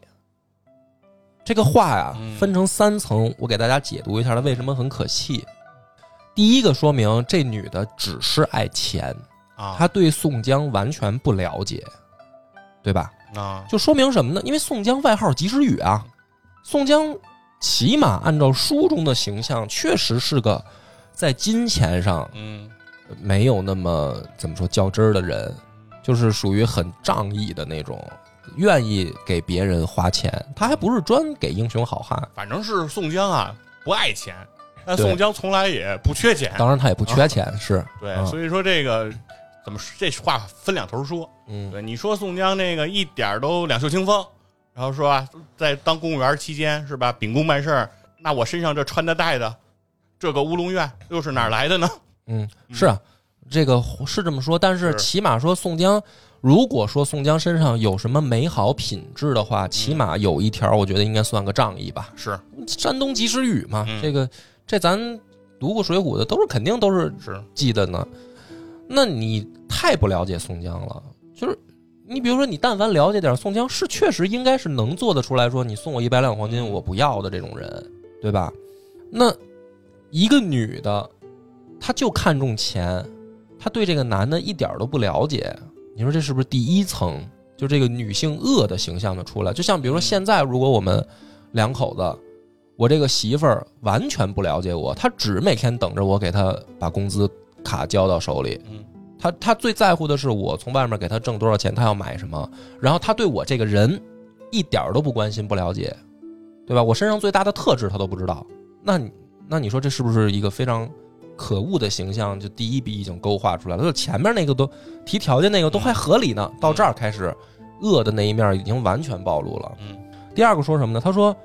[SPEAKER 1] 这个话呀
[SPEAKER 2] 嗯，
[SPEAKER 1] 分成三层，我给大家解读一下，它为什么很可气。第一个说明这女的只是爱钱，
[SPEAKER 2] 啊，
[SPEAKER 1] 她对宋江完全不了解，对吧？
[SPEAKER 2] 啊，
[SPEAKER 1] 就说明什么呢？因为宋江外号及时雨啊，宋江起码按照书中的形象，确实是个在金钱上
[SPEAKER 2] 嗯
[SPEAKER 1] 没有那么怎么说较真儿的人，就是属于很仗义的那种，愿意给别人花钱。他还不是专给英雄好汉，
[SPEAKER 2] 反正是宋江啊，不爱钱，但
[SPEAKER 1] 对
[SPEAKER 2] 宋江从来也不缺钱。
[SPEAKER 1] 当然他也不缺钱，是
[SPEAKER 2] 对，
[SPEAKER 1] 嗯
[SPEAKER 2] 所以说这个怎么说这话分两头说。
[SPEAKER 1] 嗯，
[SPEAKER 2] 对，你说宋江那个一点儿都两袖清风，然后说啊，在当公务员期间是吧，秉公办事儿，那我身上这穿的戴的，这个乌龙院又是哪儿来的呢？
[SPEAKER 1] 嗯，是啊，这个是这么说，但是
[SPEAKER 2] 是
[SPEAKER 1] 起码说宋江，如果说宋江身上有什么美好品质的话，起码有一条，我觉得应该算个仗义吧。嗯
[SPEAKER 2] 是
[SPEAKER 1] 山东及时雨嘛，
[SPEAKER 2] 嗯
[SPEAKER 1] 这个这咱读过《水浒》的都是肯定都是
[SPEAKER 2] 是，
[SPEAKER 1] 记得呢。那你太不了解宋江了，就是你比如说，你但凡了解点儿宋江，是确实应该是能做得出来说，你送我一百两黄金，我不要的这种人，对吧？那一个女的，她就看重钱，她对这个男的一点儿都不了解，你说这是不是第一层？就这个女性恶的形象的出来，就像比如说
[SPEAKER 2] 嗯
[SPEAKER 1] 现在，如果我们两口子，我这个媳妇儿完全不了解我，她只每天等着我给她把工资卡交到手里，
[SPEAKER 2] 嗯
[SPEAKER 1] 他他最在乎的是我从外面给他挣多少钱，他要买什么，然后他对我这个人一点儿都不关心、不了解，对吧？我身上最大的特质他都不知道，那你那你说这是不是一个非常可恶的形象？就第一笔已经勾画出来了，就前面那个都提条件那个都还合理呢，到这儿开始恶的那一面已经完全暴露了。
[SPEAKER 2] 嗯
[SPEAKER 1] 第二个说什么呢？他说：“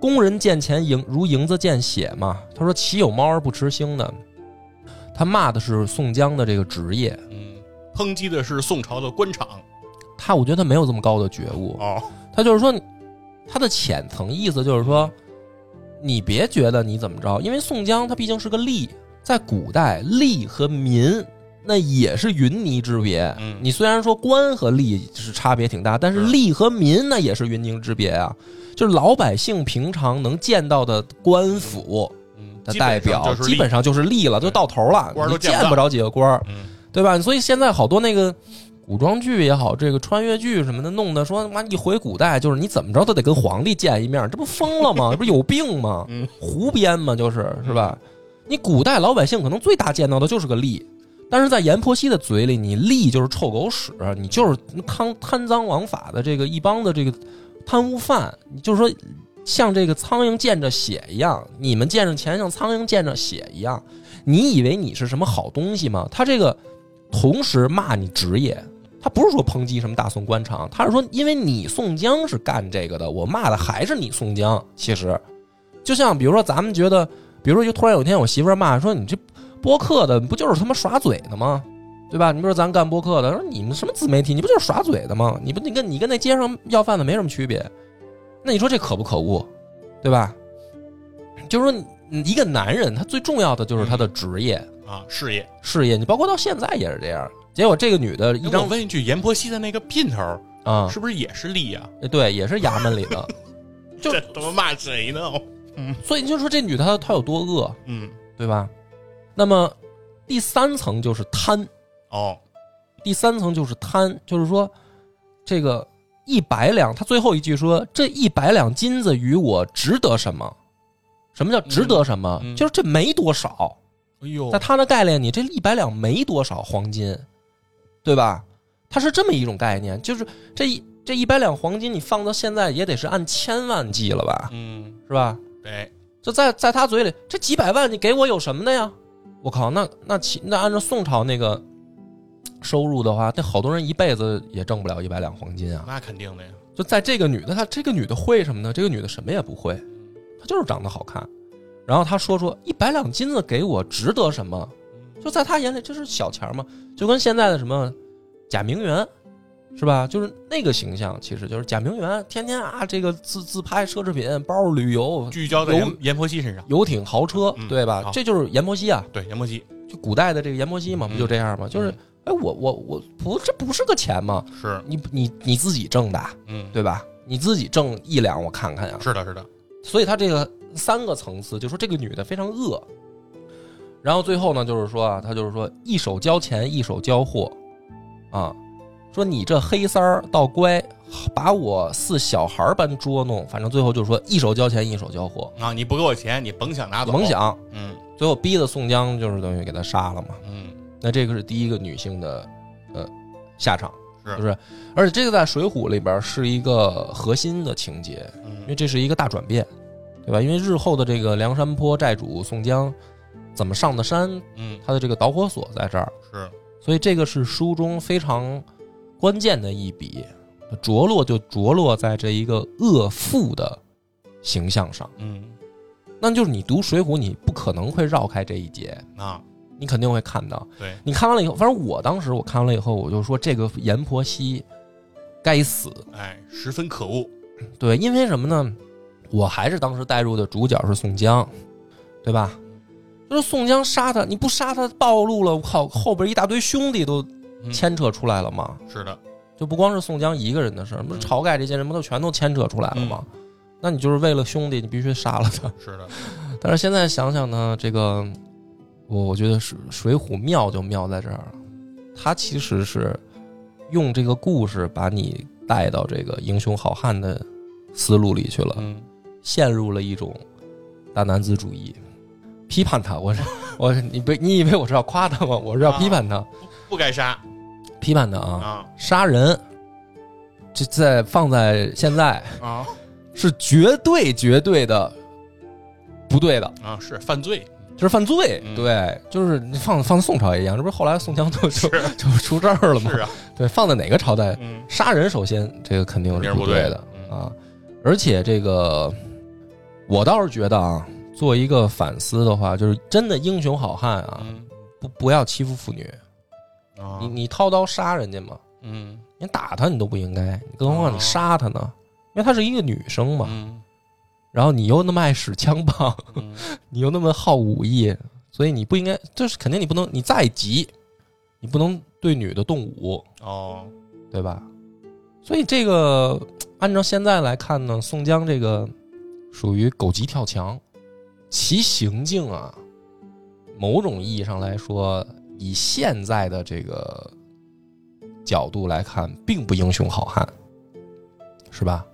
[SPEAKER 1] 工人见钱蝇如蝇子见血嘛。”他说：“岂有猫儿不吃腥的？”他骂的是宋江的这个职业，
[SPEAKER 2] 嗯，抨击的是宋朝的官场
[SPEAKER 1] 他我觉得他没有这么高的觉悟，
[SPEAKER 2] 哦，
[SPEAKER 1] 他就是说，他的浅层意思就是说，你别觉得你怎么着，因为宋江他毕竟是个吏，在古代吏和民那也是云泥之别。
[SPEAKER 2] 嗯
[SPEAKER 1] 你虽然说官和吏是差别挺大，但是
[SPEAKER 2] 是
[SPEAKER 1] 吏和民那也是云泥之别啊。就是老百姓平常能见到的官府
[SPEAKER 2] 嗯，
[SPEAKER 1] 的
[SPEAKER 2] 基
[SPEAKER 1] 代
[SPEAKER 2] 本上
[SPEAKER 1] 表，
[SPEAKER 2] 就是
[SPEAKER 1] 基本上就是吏了，就
[SPEAKER 2] 对
[SPEAKER 1] 到头了，
[SPEAKER 2] 官儿
[SPEAKER 1] 你
[SPEAKER 2] 都见不
[SPEAKER 1] 见不着几个官儿。
[SPEAKER 2] 嗯
[SPEAKER 1] 对吧？所以现在好多那个古装剧也好，这个穿越剧什么的，弄得说妈一回古代就是你怎么着都得跟皇帝见一面，这不疯了吗？这不有病吗？
[SPEAKER 2] 嗯
[SPEAKER 1] 胡编嘛，就是是吧？你古代老百姓可能最大见到的就是个吏，但是在阎婆惜的嘴里，你吏就是臭狗屎，你就是贪贪赃枉法的这个一帮的这个贪污犯，你就是说像这个苍蝇见着血一样，你们见着钱像苍蝇见着血一样，你以为你是什么好东西吗？他这个同时骂你职业，他不是说抨击什么大宋官场，他是说因为你宋江是干这个的，我骂的还是你宋江。其实，就像比如说咱们觉得，比如说突然有一天我媳妇儿骂说你这播客的不就是他妈耍嘴的吗？对吧？你比如说咱干播客的，说你们什么自媒体，你不就是耍嘴的吗？你不你跟你跟那街上要饭的没什么区别，那你说这可不可恶，对吧？就是说你，你一个男人他最重要的就是他的职业，
[SPEAKER 2] 啊事业。
[SPEAKER 1] 事业，你包括到现在也是这样。结果这个女的一
[SPEAKER 2] 哎
[SPEAKER 1] 张
[SPEAKER 2] 我问一句，阎婆惜的那个姘头
[SPEAKER 1] 啊、
[SPEAKER 2] 是不是也是吏啊？
[SPEAKER 1] 对，也是衙门里 的，就
[SPEAKER 2] 这他妈骂谁呢？
[SPEAKER 1] 所以你就说这女的她她有多恶，
[SPEAKER 2] 嗯，
[SPEAKER 1] 对吧？那么第三层就是贪，
[SPEAKER 2] 哦，
[SPEAKER 1] 第三层就是贪，就是说这个一百两，他最后一句说这一百两金子与我值得什么？什么叫值得什么？
[SPEAKER 2] 嗯嗯
[SPEAKER 1] 就是这没多少，
[SPEAKER 2] 哎呦
[SPEAKER 1] 在他的概念里，这一百两没多少黄金，对吧？它是这么一种概念，就是这一这一百两黄金，你放到现在也得是按千万计了吧，
[SPEAKER 2] 嗯，
[SPEAKER 1] 是吧？
[SPEAKER 2] 对，
[SPEAKER 1] 就在在他嘴里，这几百万你给我有什么的呀？我靠，那那其那按照宋朝那个收入的话，那好多人一辈子也挣不了一百两黄金啊。
[SPEAKER 2] 那肯定的呀。
[SPEAKER 1] 就在这个女的，她这个女的会什么呢？这个女的什么也不会，她就是长得好看。然后她说说一百两金子给我值得什么？就在她眼里这是小钱儿嘛，就跟现在的什么贾明媛是吧？就是那个形象，其实就是贾明媛天天啊这个自自拍奢侈品包旅游
[SPEAKER 2] 聚焦在
[SPEAKER 1] 有
[SPEAKER 2] 阎阎婆惜身上，
[SPEAKER 1] 游艇豪车，
[SPEAKER 2] 嗯
[SPEAKER 1] 对吧
[SPEAKER 2] 好？
[SPEAKER 1] 这就是阎婆惜啊，
[SPEAKER 2] 对阎婆惜
[SPEAKER 1] 就古代的这个阎婆惜嘛，
[SPEAKER 2] 嗯
[SPEAKER 1] 不就这样吗？就是
[SPEAKER 2] 嗯
[SPEAKER 1] 哎，我我我不，这不是个钱吗？
[SPEAKER 2] 是，
[SPEAKER 1] 你你你自己挣的，
[SPEAKER 2] 嗯，
[SPEAKER 1] 对吧？你自己挣一两，我看看呀。
[SPEAKER 2] 是的，是的，
[SPEAKER 1] 所以他这个三个层次，就说这个女的非常恶。然后最后呢，就是说啊，他就是说一手交钱，一手交货，啊，说你这黑三儿倒乖，把我似小孩儿般捉弄。反正最后就是说一手交钱，一手交货，
[SPEAKER 2] 啊，你不给我钱，你甭想拿走，
[SPEAKER 1] 甭，想
[SPEAKER 2] 嗯
[SPEAKER 1] 最后逼的宋江就是等于给他杀了嘛。
[SPEAKER 2] 嗯，
[SPEAKER 1] 那这个是第一个女性的呃下场，
[SPEAKER 2] 是
[SPEAKER 1] 就是，而且这个在《水浒》里边是一个核心的情节，因为
[SPEAKER 2] 嗯
[SPEAKER 1] 这是一个大转变，对吧？因为日后的这个梁山泊寨主宋江怎么上的山，
[SPEAKER 2] 嗯，
[SPEAKER 1] 他的这个导火索在这儿，
[SPEAKER 2] 是，
[SPEAKER 1] 所以这个是书中非常关键的一笔，着落就着落在这一个恶妇的形象上。
[SPEAKER 2] 嗯，
[SPEAKER 1] 那就是你读《水浒》，你不可能会绕开这一节，
[SPEAKER 2] 啊，
[SPEAKER 1] 你肯定会看到。
[SPEAKER 2] 对，
[SPEAKER 1] 你看完了以后，反正我当时我看完了以后，我就说这个阎婆惜该死。
[SPEAKER 2] 哎，十分可恶，
[SPEAKER 1] 对，因为什么呢？我还是当时带入的主角是宋江，对吧？就是宋江杀他，你不杀他暴露了，我靠，后边一大堆兄弟都
[SPEAKER 2] 嗯
[SPEAKER 1] 牵扯出来了嘛。
[SPEAKER 2] 是的，
[SPEAKER 1] 就不光是宋江一个人的事儿，不是
[SPEAKER 2] 嗯
[SPEAKER 1] 晁盖这些人不都全都牵扯出来了吗？那你就是为了兄弟，你必须杀了他。
[SPEAKER 2] 是的，
[SPEAKER 1] 但是现在想想呢，这个我我觉得水水浒妙就妙在这儿了，它其实是用这个故事把你带到这个英雄好汉的思路里去了，
[SPEAKER 2] 嗯，
[SPEAKER 1] 陷入了一种大男子主义。批判他，我是我，你被你以为我是要夸他吗？我是要批判他，
[SPEAKER 2] 不该杀
[SPEAKER 1] 批判他啊！
[SPEAKER 2] 啊
[SPEAKER 1] 杀人，这在放在现在
[SPEAKER 2] 啊
[SPEAKER 1] 是绝对绝对的不对的。
[SPEAKER 2] 啊，是犯罪，
[SPEAKER 1] 这是犯罪，
[SPEAKER 2] 嗯
[SPEAKER 1] 对，就是你放放宋朝也一样，这不是后来宋江就就就出事儿了吗
[SPEAKER 2] 是？啊，
[SPEAKER 1] 对，放在哪个朝代，
[SPEAKER 2] 嗯，
[SPEAKER 1] 杀人首先这个肯定
[SPEAKER 2] 肯定
[SPEAKER 1] 是
[SPEAKER 2] 是不对
[SPEAKER 1] 对的
[SPEAKER 2] 嗯
[SPEAKER 1] 啊，而且这个我倒是觉得啊，做一个反思的话，就是真的英雄好汉啊，
[SPEAKER 2] 嗯
[SPEAKER 1] 不不要欺负妇女，
[SPEAKER 2] 啊
[SPEAKER 1] 你，你掏刀杀人家嘛，
[SPEAKER 2] 嗯
[SPEAKER 1] 你打她你都不应该，更何况你杀她呢？因为她是一个女生嘛，
[SPEAKER 2] 啊嗯
[SPEAKER 1] 然后你又那么爱使枪棒，
[SPEAKER 2] 嗯，
[SPEAKER 1] 你又那么好武艺，所以你不应该，就是肯定你不能，你再急，你不能对女的动武，
[SPEAKER 2] 哦，
[SPEAKER 1] 对吧？所以这个按照现在来看呢，宋江这个属于狗急跳墙，其行径啊，某种意义上来说，以现在的这个角度来看，并不英雄好汉，是吧？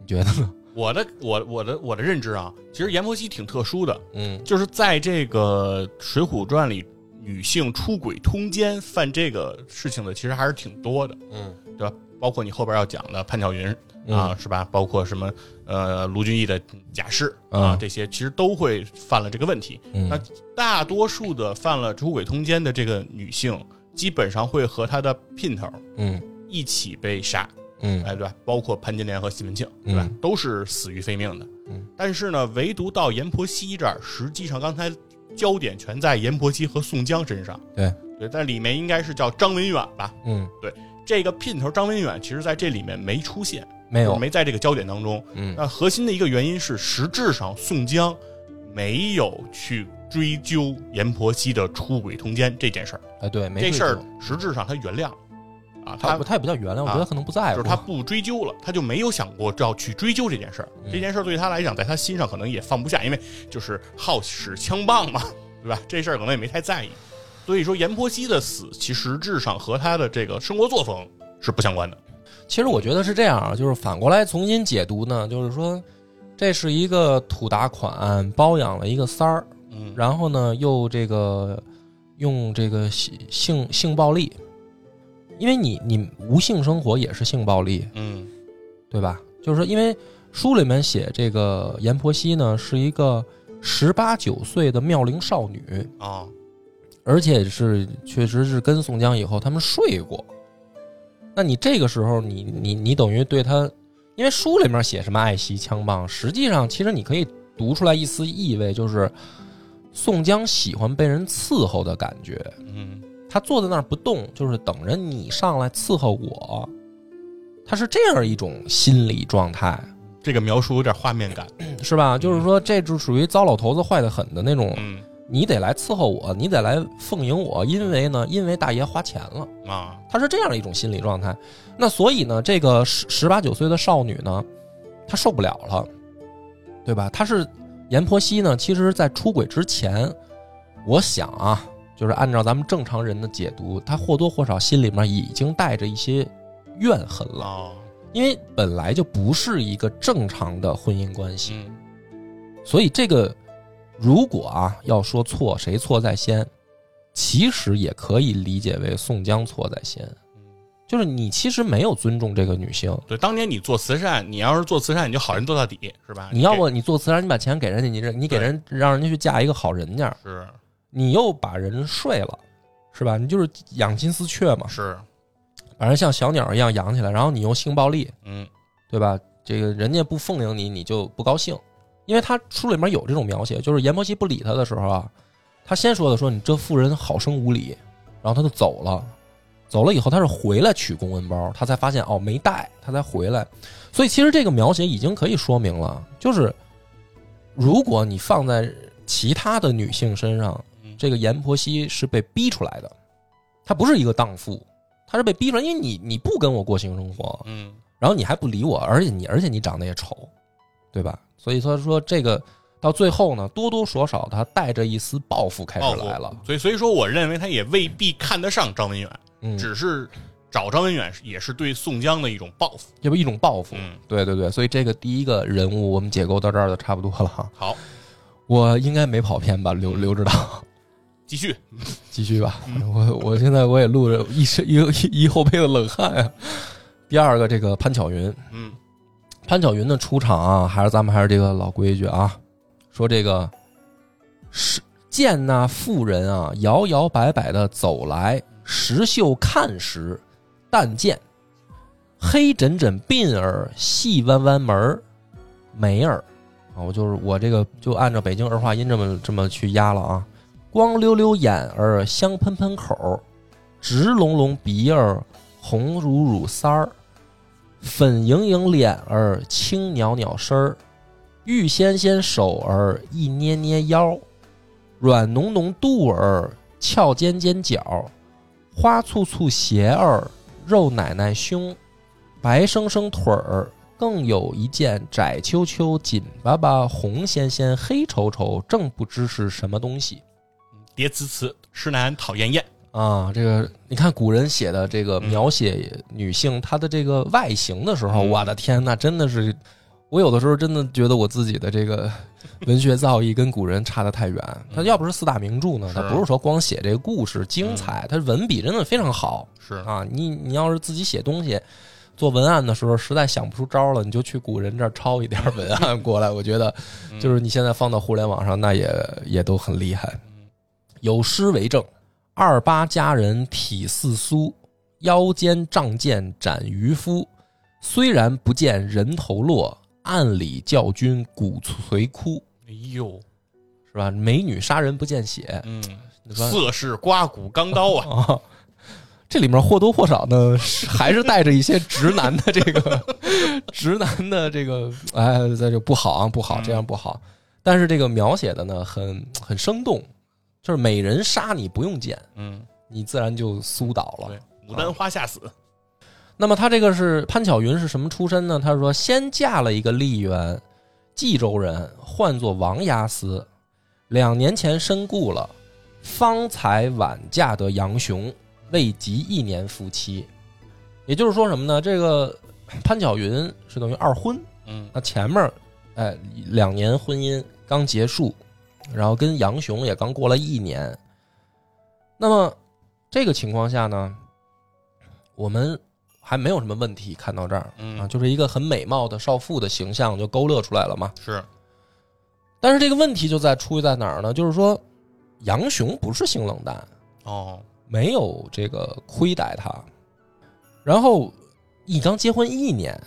[SPEAKER 1] 你觉得呢？
[SPEAKER 2] 我的我我的我的认知啊，其实阎婆惜挺特殊的，
[SPEAKER 1] 嗯
[SPEAKER 2] 就是在这个《水浒传》里，女性出轨、通奸犯这个事情的，其实还是挺多的，
[SPEAKER 1] 嗯
[SPEAKER 2] 对吧？包括你后边要讲的潘巧云啊，，是吧？包括什么呃卢俊义的假释啊，
[SPEAKER 1] 嗯
[SPEAKER 2] 这些其实都会犯了这个问题。
[SPEAKER 1] 嗯
[SPEAKER 2] 那大多数的犯了出轨通奸的这个女性，基本上会和她的姘头
[SPEAKER 1] 嗯
[SPEAKER 2] 一起被杀，
[SPEAKER 1] 嗯
[SPEAKER 2] 哎，对吧？包括潘金莲和西门庆，对吧？
[SPEAKER 1] 嗯
[SPEAKER 2] 都是死于非命的。
[SPEAKER 1] 嗯
[SPEAKER 2] 但是呢，唯独到阎婆惜这儿，实际上刚才焦点全在阎婆惜和宋江身上。
[SPEAKER 1] 对
[SPEAKER 2] 对，但里面应该是叫张文远吧？
[SPEAKER 1] 嗯，
[SPEAKER 2] 这个姘头张文远，其实在这里面没出现，
[SPEAKER 1] 没有，
[SPEAKER 2] 没在这个焦点当中。
[SPEAKER 1] 嗯
[SPEAKER 2] 那核心的一个原因是，实质上宋江没有去追究阎婆惜的出轨通奸这件事儿，
[SPEAKER 1] 哎，对，没
[SPEAKER 2] 这
[SPEAKER 1] 追
[SPEAKER 2] 事儿
[SPEAKER 1] 究
[SPEAKER 2] 实质上他原谅了啊，
[SPEAKER 1] 他不他也不叫原谅，我
[SPEAKER 2] 啊
[SPEAKER 1] 觉得可能不在
[SPEAKER 2] 就
[SPEAKER 1] 乎，
[SPEAKER 2] 是他不追究了，他就没有想过要去追究这件事儿。
[SPEAKER 1] 嗯
[SPEAKER 2] 这件事儿对他来讲，在他心上可能也放不下，因为就是好使枪棒嘛， 对吧？这事儿可能也没太在意。所以说，阎婆惜的死，其实质上和他的这个生活作风是不相关的。
[SPEAKER 1] 其实我觉得是这样啊，就是反过来重新解读呢，就是说，这是一个土大款包养了一个三儿，
[SPEAKER 2] 嗯，
[SPEAKER 1] 然后呢又这个用这个性性性暴力，因为你你无性生活也是性暴力，
[SPEAKER 2] 嗯
[SPEAKER 1] 对吧？就是说，因为书里面写这个阎婆惜呢是一个十八九岁的妙龄少女，
[SPEAKER 2] 啊，
[SPEAKER 1] 而且是确实是跟宋江以后他们睡过。那你这个时候你，你你等于对他，因为书里面写什么爱惜枪棒，实际上其实你可以读出来一丝意味，就是宋江喜欢被人伺候的感觉。
[SPEAKER 2] 嗯
[SPEAKER 1] 他坐在那儿不动，就是等着你上来伺候我，他是这样一种心理状态，
[SPEAKER 2] 这个描述有点画面感，
[SPEAKER 1] 是吧？就是说，这就属于糟老头子坏的很的那种，
[SPEAKER 2] 嗯
[SPEAKER 1] 你得来伺候我，你得来奉迎我，因为呢，因为大爷花钱了。
[SPEAKER 2] 啊，
[SPEAKER 1] 她是这样一种心理状态。那所以呢，这个十十八九岁的少女呢，她受不了了，对吧？她是阎婆惜呢，其实在出轨之前，我想啊，就是按照咱们正常人的解读，她或多或少心里面已经带着一些怨恨了，
[SPEAKER 2] 啊，
[SPEAKER 1] 因为本来就不是一个正常的婚姻关系，
[SPEAKER 2] 嗯
[SPEAKER 1] 所以这个如果啊要说错谁错在先，其实也可以理解为宋江错在先。
[SPEAKER 2] 嗯，
[SPEAKER 1] 就是你其实没有尊重这个女性。
[SPEAKER 2] 对，当年你做慈善，你要是做慈善，你就好人做到底，是吧？
[SPEAKER 1] 你要
[SPEAKER 2] 给
[SPEAKER 1] 不你做慈善，你把钱给人家，你人你给
[SPEAKER 2] 对
[SPEAKER 1] 人让人家去嫁一个好人家，
[SPEAKER 2] 是
[SPEAKER 1] 你又把人睡了，是吧？你就是养金丝雀嘛，
[SPEAKER 2] 是，
[SPEAKER 1] 把人像小鸟一样养起来，然后你用性暴力，
[SPEAKER 2] 嗯
[SPEAKER 1] 对吧？这个人家不奉迎你，你就不高兴，因为他书里面有这种描写，就是阎婆惜不理他的时候啊，他先说的说你这妇人好生无礼，然后他就走了，走了以后他是回来取公文包，他才发现哦没带，他才回来，所以其实这个描写已经可以说明了，就是如果你放在其他的女性身上，
[SPEAKER 2] 嗯，
[SPEAKER 1] 这个阎婆惜是被逼出来的，她不是一个荡妇，她是被逼出来，因为你你不跟我过性生活，
[SPEAKER 2] 嗯
[SPEAKER 1] 然后你还不理我，而且你而且你长得也丑，对吧？所以他说这个到最后呢，多多少少他带着一丝报复开始
[SPEAKER 2] 报复
[SPEAKER 1] 来了，
[SPEAKER 2] 所以所以说，我认为他也未必看得上张文远，
[SPEAKER 1] 嗯，
[SPEAKER 2] 只是找张文远也是对宋江的一种报复。
[SPEAKER 1] 这不一种报复。
[SPEAKER 2] 嗯，
[SPEAKER 1] 对对对，所以这个第一个人物我们解构到这儿就差不多了哈。
[SPEAKER 2] 好，
[SPEAKER 1] 我应该没跑偏吧，刘刘指导，
[SPEAKER 2] 继续。
[SPEAKER 1] 继续吧。
[SPEAKER 2] 嗯
[SPEAKER 1] 我我现在我也录着一身一一一后背的冷汗啊。第二个，这个潘巧云，
[SPEAKER 2] 嗯
[SPEAKER 1] 潘巧云的出场啊，还是咱们还是这个老规矩啊，说这个是见那妇人啊，摇摇摆摆的走来，石秀看时，但见黑枕枕鬓儿，细弯弯门儿，眉儿啊，我就是我这个就按照北京儿化音这么这么去压了啊，光溜溜眼儿，香喷喷口儿，直隆隆鼻儿，红乳乳腮儿。粉盈盈脸儿，轻袅袅身儿，玉纤纤手儿，一捏捏腰，软浓浓肚儿，翘尖尖角，花簇簇鞋儿，肉奶奶胸，白生生腿儿，更有一件窄秋秋、紧巴巴、红鲜鲜、黑稠稠，正不知是什么东西
[SPEAKER 2] 叠词词，痴男讨厌厌。
[SPEAKER 1] 啊！这个你看古人写的这个
[SPEAKER 2] 嗯
[SPEAKER 1] 描写女性她的这个外形的时候，
[SPEAKER 2] 嗯
[SPEAKER 1] 我的天呐，真的是，我有的时候真的觉得我自己的这 个文学造诣跟古人差得太远。他要不是四大名著呢，
[SPEAKER 2] 嗯是嗯
[SPEAKER 1] 他不是说光写这个故事精彩，他文笔真的非常好
[SPEAKER 2] 是，
[SPEAKER 1] 啊！你你要是自己写东西。做文案的时候实在想不出招了，你就去古人这儿抄一点文案过来。我觉得，就是你现在放到互联网上，那也也都很厉害。有诗为证：二八佳人体似酥，腰间仗剑斩渔夫。虽然不见人头落，暗里教君鼓槌哭。
[SPEAKER 2] 哎呦，
[SPEAKER 1] 是吧？美女杀人不见血，
[SPEAKER 2] 嗯，
[SPEAKER 1] 你说
[SPEAKER 2] 色是刮骨钢刀 啊，
[SPEAKER 1] 啊，这里面或多或少呢， 是还是带着一些直男的这个直男的这个，哎，在这不好啊，不好，
[SPEAKER 2] 嗯
[SPEAKER 1] 这样不好。但是这个描写的呢，很很生动，就是美人杀你不用剑，
[SPEAKER 2] 嗯，
[SPEAKER 1] 你自然就苏倒了
[SPEAKER 2] 对。，牡丹花下死，
[SPEAKER 1] 那么他这个是潘巧云是什么出身呢？他说先嫁了一个丽媛，冀州人，唤作王押司，两年前身故了，方才晚嫁得杨雄，未及一年夫妻。也就是说什么呢？这个潘巧云是等于二婚，
[SPEAKER 2] 嗯
[SPEAKER 1] 那前面哎，两年婚姻刚结束，然后跟杨雄也刚过了一年。那么这个情况下呢，我们还没有什么问题。看到这儿啊，
[SPEAKER 2] 嗯，
[SPEAKER 1] 就是一个很美貌的少妇的形象就勾勒出来了嘛。
[SPEAKER 2] 是
[SPEAKER 1] 但是这个问题就在出在哪儿呢？就是说，杨雄不是性冷淡，
[SPEAKER 2] 哦，
[SPEAKER 1] 没有这个亏待他。然后你刚结婚一年，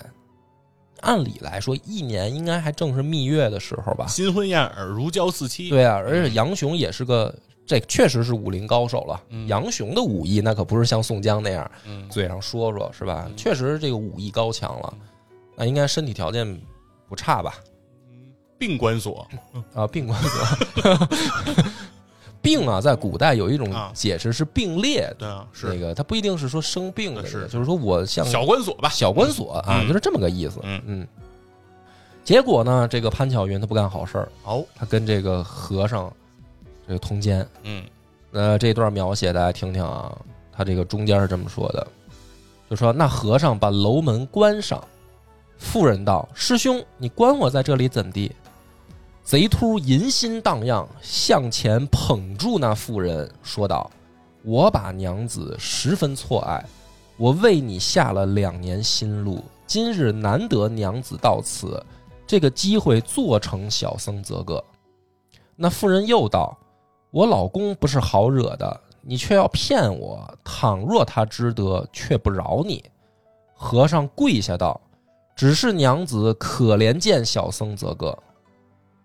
[SPEAKER 1] 按理来说一年应该还正是蜜月的时候吧？
[SPEAKER 2] 新婚燕尔，如胶似
[SPEAKER 1] 啊
[SPEAKER 2] 漆。，
[SPEAKER 1] 对啊，而且杨雄也是个，这确实是武林高手了。
[SPEAKER 2] 嗯
[SPEAKER 1] 杨雄的武艺那可不是像宋江那样
[SPEAKER 2] 嗯，
[SPEAKER 1] 嘴上说说是吧？
[SPEAKER 2] 嗯
[SPEAKER 1] 确实这个武艺高强了
[SPEAKER 2] 嗯，
[SPEAKER 1] 那应该身体条件不差吧？
[SPEAKER 2] 病关锁
[SPEAKER 1] 啊，病关锁。 病啊，在古代有一种
[SPEAKER 2] 啊
[SPEAKER 1] 解释是并列的，
[SPEAKER 2] 对啊，
[SPEAKER 1] 那
[SPEAKER 2] 是啊
[SPEAKER 1] 个它不一定是说生病的那个，
[SPEAKER 2] 是
[SPEAKER 1] 就是说我像
[SPEAKER 2] 小关锁吧？
[SPEAKER 1] 小关锁啊，
[SPEAKER 2] 嗯
[SPEAKER 1] 就是这么个意思。
[SPEAKER 2] 嗯
[SPEAKER 1] 结果呢，这个潘巧云她不干好事儿，
[SPEAKER 2] 哦，
[SPEAKER 1] 她跟这个和尚这个通奸。
[SPEAKER 2] 嗯
[SPEAKER 1] 呃，这段描写大家听听啊，他这个中间是这么说的，就说那和尚把楼门关上，妇人道：“师兄，你关我在这里怎地？”贼秃淫心荡漾，向前捧住那妇人，说道：“我把娘子十分错爱，我为你下了两年心路，今日难得娘子到此，这个机会做成小僧则个。”那妇人又道：“我老公不是好惹的，你却要骗我。倘若他知得，却不饶你。和尚跪下道：“只是娘子可怜见小僧则个。”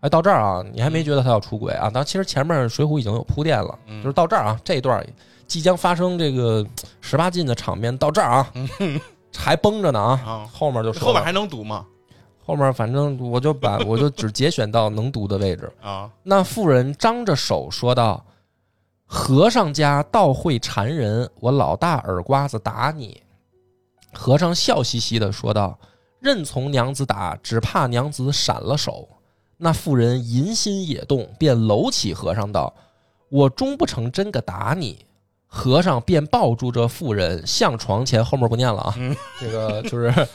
[SPEAKER 1] 哎，到这儿啊，你还没觉得他要出轨啊？但其实前面《水浒》已经有铺垫了，
[SPEAKER 2] 嗯
[SPEAKER 1] 就是到这儿啊，这一段即将发生这个十八禁的场面，到这儿啊， 还绷着呢啊，
[SPEAKER 2] 嗯啊，
[SPEAKER 1] 后面就说
[SPEAKER 2] 后面
[SPEAKER 1] 了
[SPEAKER 2] 还能读吗？
[SPEAKER 1] 后面反正我就把我就只节选到能读的位置。
[SPEAKER 2] 啊，
[SPEAKER 1] 那妇人张着手说道：“和尚家道会缠人，我老大耳瓜子打你。”和尚笑嘻嘻的说道：“任从娘子打，只怕娘子闪了手。”那妇人淫心也动，便搂起和尚道：“我终不成真个打你。”和尚便抱住这妇人，向床前，后面不念了啊，
[SPEAKER 2] 嗯
[SPEAKER 1] 这个就是，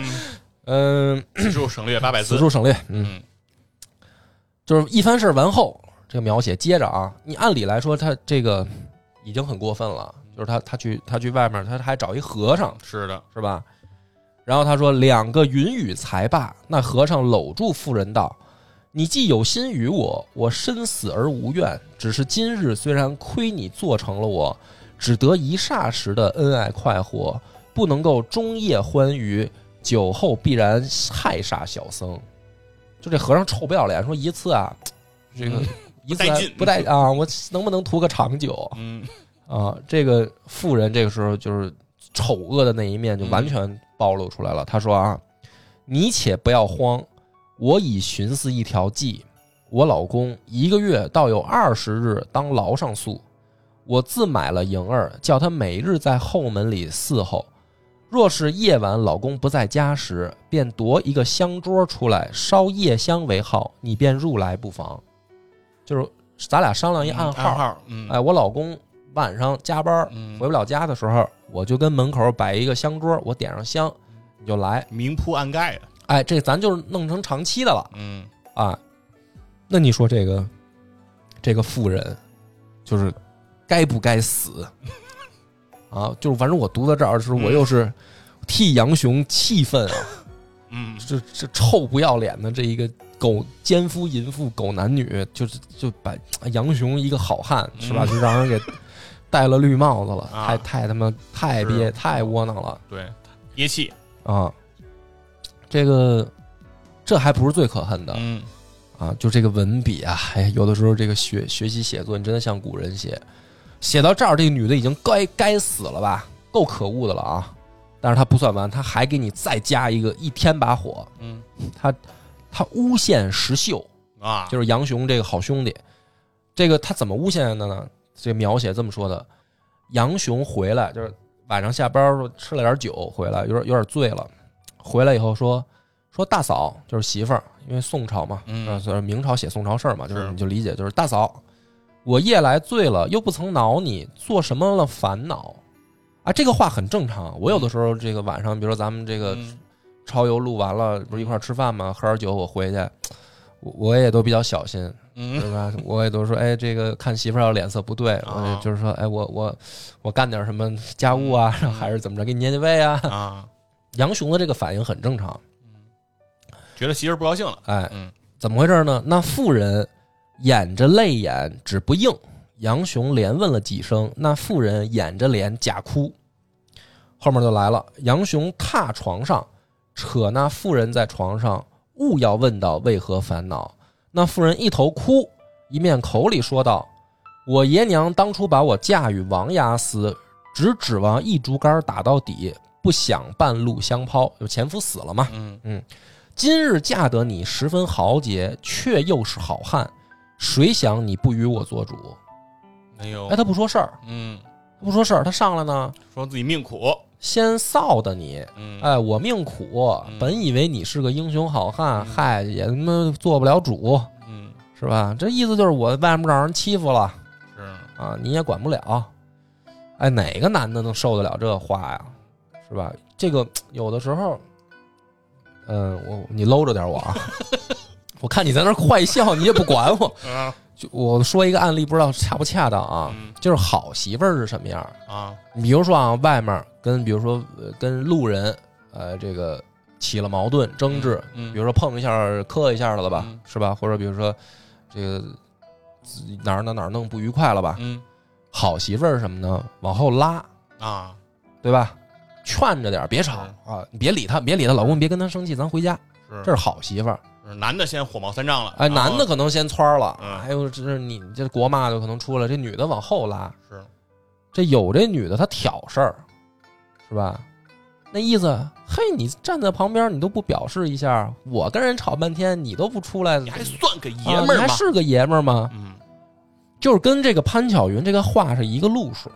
[SPEAKER 1] 嗯，
[SPEAKER 2] 此处省略八百
[SPEAKER 1] 此
[SPEAKER 2] 字。
[SPEAKER 1] 处省略，嗯，
[SPEAKER 2] 嗯
[SPEAKER 1] 就是一番事儿完后，这个描写接着啊，你按理来说他这个已经很过分了，就是他他去他去外面，他还找一和尚
[SPEAKER 2] 是的，
[SPEAKER 1] 是吧？然后他说两个云雨才罢，那和尚搂住妇人道：“你既有心与我，我身死而无怨，只是今日虽然亏你做成了我，只得一霎时的恩爱快活，不能够终夜欢愉，酒后必然害煞小僧。”就这和尚臭不要脸，说一次啊，这个
[SPEAKER 2] 嗯
[SPEAKER 1] 一次
[SPEAKER 2] 不带
[SPEAKER 1] 啊
[SPEAKER 2] 劲
[SPEAKER 1] 不带啊，我能不能图个长久？
[SPEAKER 2] 嗯，
[SPEAKER 1] 啊，这个妇人这个时候就是丑恶的那一面就完全暴露出来了。她说啊，你且不要慌，我已寻思一条计。我老公一个月到有二十日当牢上宿，我自买了银儿，叫他每日在后门里伺候。若是夜晚老公不在家时，便夺一个香桌出来烧夜香为号，你便入来不妨。就是咱俩商量一暗号，
[SPEAKER 2] 暗号，嗯，
[SPEAKER 1] 哎，我老公晚上加班儿
[SPEAKER 2] 嗯
[SPEAKER 1] 回不了家的时候，我就跟门口摆一个香桌，我点上香，你就来。
[SPEAKER 2] 明铺暗盖的，
[SPEAKER 1] 哎，这咱就是弄成长期的了
[SPEAKER 2] 嗯，
[SPEAKER 1] 啊。那你说这个这个妇人，就是该不该死 啊？就是反正我读到这儿的时候，我
[SPEAKER 2] 嗯
[SPEAKER 1] 又是替杨雄气愤啊！
[SPEAKER 2] 嗯，
[SPEAKER 1] 这这臭不要脸的这一个狗奸夫淫妇狗男女，就是就把杨雄一个好汉是吧，
[SPEAKER 2] 嗯
[SPEAKER 1] 就让人给戴了绿帽子了，
[SPEAKER 2] 啊
[SPEAKER 1] 太太他妈太憋
[SPEAKER 2] 是
[SPEAKER 1] 太窝囊了
[SPEAKER 2] 对，憋气，
[SPEAKER 1] 啊！这个这还不是最可恨的
[SPEAKER 2] 嗯，
[SPEAKER 1] 啊，就这个文笔啊，哎，有的时候这个学学习写作，你真的像古人写。写到这儿，这个女的已经该该死了吧，够可恶的了啊！但是她不算完，她还给你再加一个一天把火，
[SPEAKER 2] 嗯
[SPEAKER 1] 他诬陷石秀，
[SPEAKER 2] 啊，
[SPEAKER 1] 就是杨雄这个好兄弟。这个他怎么诬陷的呢？这个描写这么说的：杨雄回来就是晚上下班儿吃了点酒回来，有点有点醉了，回来以后说说大嫂就是媳妇儿，因为宋朝嘛，
[SPEAKER 2] 嗯
[SPEAKER 1] 呃所以明朝写宋朝事儿嘛，就是
[SPEAKER 2] 是
[SPEAKER 1] 你就理解就是大嫂，我夜来醉了，又不曾恼你，做什么啊了烦恼？啊，这个话很正常。我有的时候这个晚上，比如说咱们这个
[SPEAKER 2] 嗯
[SPEAKER 1] 超游录完了，不是一块儿吃饭吗？喝点酒，我回去，我我也都比较小心，
[SPEAKER 2] 嗯，
[SPEAKER 1] 对吧？ 我也都说，哎，这个看媳妇儿要脸色不对，我
[SPEAKER 2] 啊
[SPEAKER 1] 也就是说，哎，我我我干点什么家务啊，
[SPEAKER 2] 嗯
[SPEAKER 1] 还是怎么着，给你捏捏胃啊。
[SPEAKER 2] 啊，
[SPEAKER 1] 杨雄的这个反应很正常，
[SPEAKER 2] 觉得媳妇儿不高兴了，
[SPEAKER 1] 哎，
[SPEAKER 2] 嗯
[SPEAKER 1] 怎么回事呢？那妇人掩着泪眼，只不应。杨雄连问了几声，那妇人掩着脸假哭。后面就来了，杨雄踏床上，扯那妇人在床上，勿要问到为何烦恼。那妇人一头哭，一面口里说道：“我爷娘当初把我嫁与王押司，只指望一竹竿打到底，不想半路相抛。有前夫死了嘛，
[SPEAKER 2] 嗯
[SPEAKER 1] 今日嫁得你十分豪杰，却又是好汉，谁想你不与我做主？
[SPEAKER 2] 哎呦
[SPEAKER 1] 哎，，他不说事儿，
[SPEAKER 2] 嗯，
[SPEAKER 1] 他不说事儿，他上来呢，
[SPEAKER 2] 说自己命苦，
[SPEAKER 1] 先臊的你。
[SPEAKER 2] 嗯，
[SPEAKER 1] 哎，我命苦，本以为你是个英雄好汉，嗨，也他妈做不了主，
[SPEAKER 2] 嗯，
[SPEAKER 1] 是吧？这意思就是我外面让人欺负了
[SPEAKER 2] 是，
[SPEAKER 1] 啊，你也管不了。哎，哪个男的能受得了这话呀？是吧？这个有的时候，嗯，我你搂着点我啊， 我看你在那儿坏笑，你也不管我。
[SPEAKER 2] 啊
[SPEAKER 1] 就我说一个案例，不知道恰不恰当啊？
[SPEAKER 2] 嗯
[SPEAKER 1] 就是好媳妇儿是什么样儿？
[SPEAKER 2] 啊，
[SPEAKER 1] 你比如说啊，外面跟比如说、呃跟路人呃这个起了矛盾争执，
[SPEAKER 2] 嗯，
[SPEAKER 1] 比如说碰一下儿磕一下儿了吧，
[SPEAKER 2] 嗯
[SPEAKER 1] 是吧？或者比如说这个自己哪儿哪儿哪儿弄不愉快了吧？
[SPEAKER 2] 嗯
[SPEAKER 1] 好媳妇儿是什么呢？往后拉，
[SPEAKER 2] 啊，
[SPEAKER 1] 对吧？劝着点儿，别吵
[SPEAKER 2] 嗯
[SPEAKER 1] 啊！你别理他，别理他，老公，你别跟他生气，咱回家。
[SPEAKER 2] 是
[SPEAKER 1] 这是好媳妇儿。
[SPEAKER 2] 是男的先火冒三丈了，
[SPEAKER 1] 哎，
[SPEAKER 2] 然后
[SPEAKER 1] 男的可能先窜儿了，
[SPEAKER 2] 嗯
[SPEAKER 1] 哎呦，这是你这国骂就可能出来，这女的往后拉，
[SPEAKER 2] 是，
[SPEAKER 1] 这有这女的她挑事儿，是吧？那意思，嘿，你站在旁边你都不表示一下，我跟人吵半天你都不出来，
[SPEAKER 2] 你还算个爷
[SPEAKER 1] 啊
[SPEAKER 2] 们儿
[SPEAKER 1] 你还
[SPEAKER 2] 吗？
[SPEAKER 1] 是个爷们儿吗？
[SPEAKER 2] 嗯，
[SPEAKER 1] 就是跟这个潘巧云这个话是一个路数，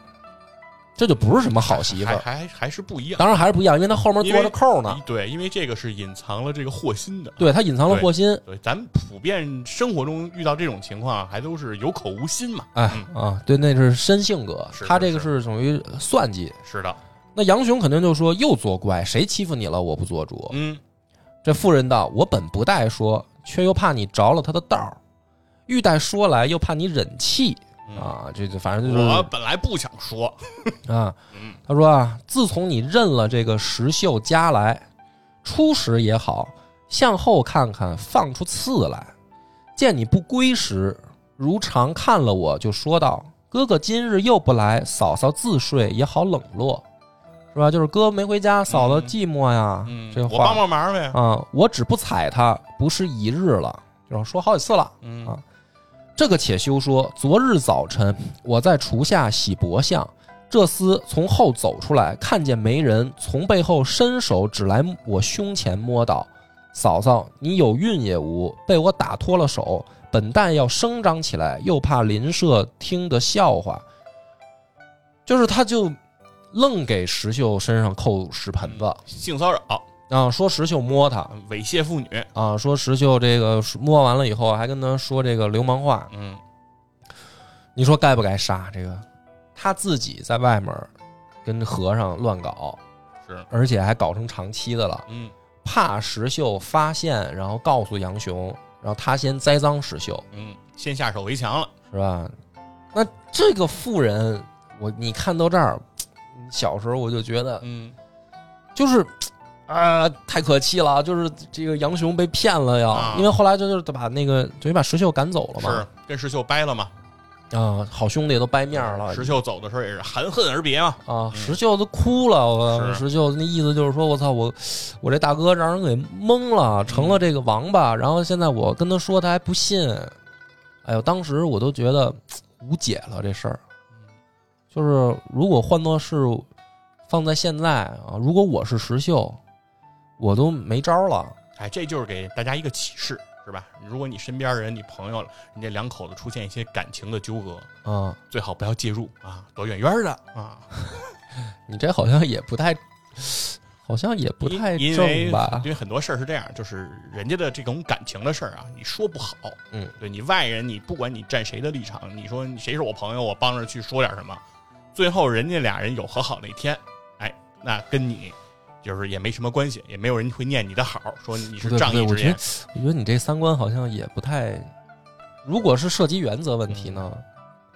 [SPEAKER 1] 这就不是什么好媳妇
[SPEAKER 2] 还
[SPEAKER 1] 儿。
[SPEAKER 2] 还还是不一 样。
[SPEAKER 1] 当然还是不一样，因为她后面做着扣呢，
[SPEAKER 2] 对，因为这个是隐藏了这个祸心的。
[SPEAKER 1] 对她隐藏了祸心，
[SPEAKER 2] 对，咱们普遍生活中遇到这种情况，啊还都是有口无心嘛。
[SPEAKER 1] 哎啊，对，那是深性格
[SPEAKER 2] 嗯是，
[SPEAKER 1] 她
[SPEAKER 2] 是
[SPEAKER 1] 这个
[SPEAKER 2] 是
[SPEAKER 1] 是属于算计，
[SPEAKER 2] 是的，
[SPEAKER 1] 那杨雄肯定就说：“又作怪，谁欺负你了？我不做主。
[SPEAKER 2] 嗯”
[SPEAKER 1] 这妇人道：“我本不待说，却又怕你着了他的道儿；欲待说来，又怕你忍气
[SPEAKER 2] 嗯
[SPEAKER 1] 啊。这这反正就
[SPEAKER 2] 我
[SPEAKER 1] 是
[SPEAKER 2] 本来不想说，
[SPEAKER 1] 啊
[SPEAKER 2] 嗯。
[SPEAKER 1] 他说啊，自从你认了这个石秀家来，初时也好，向后看看，放出刺来，见你不归时，如常看了我，就说道：哥哥今日又不来，嫂嫂自睡也好冷落，是吧？就是哥没回家，嫂子
[SPEAKER 2] 嗯
[SPEAKER 1] 寂寞呀。
[SPEAKER 2] 嗯，
[SPEAKER 1] 这
[SPEAKER 2] 我帮
[SPEAKER 1] 话
[SPEAKER 2] 帮忙呗。
[SPEAKER 1] 啊，我只不睬他，不是一日了，就是说好几次了。
[SPEAKER 2] 嗯
[SPEAKER 1] 啊这个且休说。昨日早晨，我在厨下洗脖项，这厮从后走出来，看见没人，从背后伸手指来我胸前摸到。嫂嫂，你有孕也无，被我打脱了手，本待要声张起来，又怕邻舍听得笑话，就是他就愣给石秀身上扣屎盆子
[SPEAKER 2] 性骚扰、
[SPEAKER 1] 啊，说石秀摸他
[SPEAKER 2] 猥亵妇女，
[SPEAKER 1] 啊，说石秀这个摸完了以后还跟他说这个流氓话，
[SPEAKER 2] 嗯，
[SPEAKER 1] 你说该不该杀这个？他自己在外面跟和尚乱搞，
[SPEAKER 2] 是，
[SPEAKER 1] 而且还搞成长期的了，
[SPEAKER 2] 嗯
[SPEAKER 1] 怕石秀发现，然后告诉杨雄，然后他先栽赃石秀，
[SPEAKER 2] 嗯，先下手为强了。
[SPEAKER 1] 是吧？那这个妇人，我你看到这儿，小时候我就觉得
[SPEAKER 2] 嗯，
[SPEAKER 1] 就是。啊、太可气了！就是这个杨雄被骗了呀，
[SPEAKER 2] 啊
[SPEAKER 1] 因为后来这就是把那个等于把石秀赶走了嘛
[SPEAKER 2] 是，跟石秀掰了嘛？
[SPEAKER 1] 啊、好兄弟都掰面儿了，
[SPEAKER 2] 石秀走的时候也是含恨而别嘛。
[SPEAKER 1] 啊，
[SPEAKER 2] 嗯
[SPEAKER 1] 石秀都哭了，我
[SPEAKER 2] 是
[SPEAKER 1] 石秀那意思就是说，我操，我我这大哥让人给蒙了，
[SPEAKER 2] 嗯
[SPEAKER 1] 成了这个王八，然后现在我跟他说，他还不信，哎呦，当时我都觉得无解了这事儿，就是如果换作是放在现在啊，如果我是石秀，我都没招儿了，
[SPEAKER 2] 哎，这就是给大家一个启示，是吧？如果你身边人、你朋友，你这两口子出现一些感情的纠葛，
[SPEAKER 1] 啊，
[SPEAKER 2] 最好不要介入啊，躲远远的啊，
[SPEAKER 1] 你这好像也不太，好像也不太
[SPEAKER 2] 因因为
[SPEAKER 1] 正吧
[SPEAKER 2] 因？为很多事儿是这样，就是人家的这种感情的事儿啊，你说不好，
[SPEAKER 1] 嗯，
[SPEAKER 2] 对你外人，你不管你站谁的立场，你说谁是我朋友，我帮着去说点什么，最后人家俩人有和好那天，哎，那跟你就是也没什么关系，也没有人会念你的好，说你
[SPEAKER 1] 不
[SPEAKER 2] 是
[SPEAKER 1] 对
[SPEAKER 2] 仗
[SPEAKER 1] 不对，
[SPEAKER 2] 义
[SPEAKER 1] 我
[SPEAKER 2] 之
[SPEAKER 1] 觉
[SPEAKER 2] 言
[SPEAKER 1] 得。我觉得你这三观好像也不太，如果是涉及原则问题呢，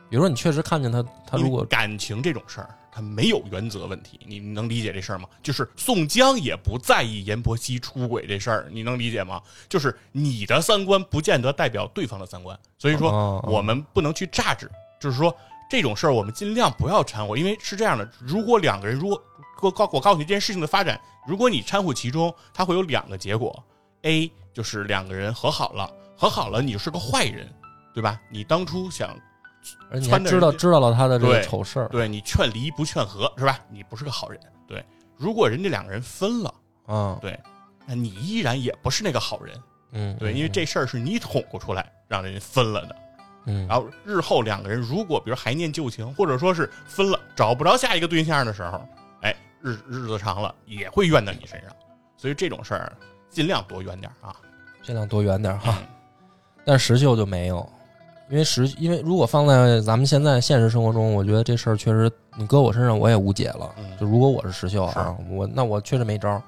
[SPEAKER 1] 比如说你确实看见他，他
[SPEAKER 2] 嗯因为
[SPEAKER 1] 如果
[SPEAKER 2] 感情这种事儿，它没有原则问题，你你能理解这事儿吗？就是宋江也不在意严伯熙出轨这事儿，你能理解吗？就是你的三观不见得代表对方的三观，所以说
[SPEAKER 1] 哦
[SPEAKER 2] 我们不能去榨制，就是说这种事儿我们尽量不要掺和，因为是这样的，如果两个人如果我告我告诉你这件事情的发展，如果你掺和其中，它会有两个结果，A 就是两个人和好了，和好了你是个坏人，对吧？你当初想
[SPEAKER 1] 而你还知
[SPEAKER 2] 穿着
[SPEAKER 1] 道
[SPEAKER 2] 人家
[SPEAKER 1] 知道了他的这个
[SPEAKER 2] 对
[SPEAKER 1] 丑事儿
[SPEAKER 2] 对你劝离不劝和是吧？你不是个好人。对，如果人家两个人分了，
[SPEAKER 1] 啊，
[SPEAKER 2] 那你依然也不是那个好人。
[SPEAKER 1] 嗯，
[SPEAKER 2] 对，
[SPEAKER 1] 嗯
[SPEAKER 2] 因为这事儿是你捅咕出来，让人家分了的。
[SPEAKER 1] 嗯
[SPEAKER 2] 然后日后两个人如果比如还念旧情，或者说是分了找不着下一个对象的时候，哎，日日子长了也会怨到你身上。所以这种事儿尽量多远点儿啊。
[SPEAKER 1] 尽量多远点儿哈。
[SPEAKER 2] 嗯
[SPEAKER 1] 但石秀就没有，因为石，因为如果放在咱们现在现实生活中，我觉得这事儿确实，你搁我身上我也无解了。
[SPEAKER 2] 嗯
[SPEAKER 1] 就如果我是石秀啊，我那我确实没招儿。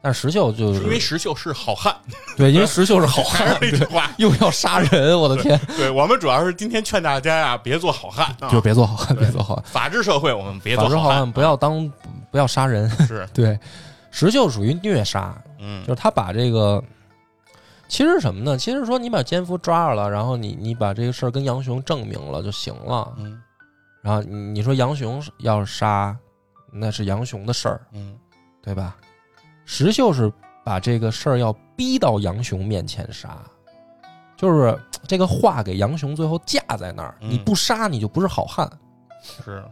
[SPEAKER 1] 但石秀就是
[SPEAKER 2] 是因为石秀是好汉，
[SPEAKER 1] 对，因为石秀是嗯好
[SPEAKER 2] 还
[SPEAKER 1] 汉
[SPEAKER 2] 是，那句话，
[SPEAKER 1] 又要杀人，我的天，
[SPEAKER 2] 对我们主要是今天劝大家啊，别做好汉啊
[SPEAKER 1] 就。别做好汉，
[SPEAKER 2] 对
[SPEAKER 1] 别做好汉，
[SPEAKER 2] 法治社会，我们别
[SPEAKER 1] 法
[SPEAKER 2] 做
[SPEAKER 1] 治
[SPEAKER 2] 好哎
[SPEAKER 1] 好汉
[SPEAKER 2] 汉，
[SPEAKER 1] 不要当，不要杀人。
[SPEAKER 2] 是，
[SPEAKER 1] 对，石秀属于虐杀，
[SPEAKER 2] 嗯
[SPEAKER 1] 就，是他把这个，其实是什么呢？其实说你把奸夫抓着了，然后你你把这个事儿跟杨雄证明了就行了。
[SPEAKER 2] 嗯
[SPEAKER 1] 然后你你说杨雄要杀，那是杨雄的事儿，
[SPEAKER 2] 嗯
[SPEAKER 1] 对吧？石秀是把这个事儿要逼到杨雄面前杀，就是这个话给杨雄最后架在那儿，
[SPEAKER 2] 嗯
[SPEAKER 1] 你不杀你就不是好汉。
[SPEAKER 2] 是，啊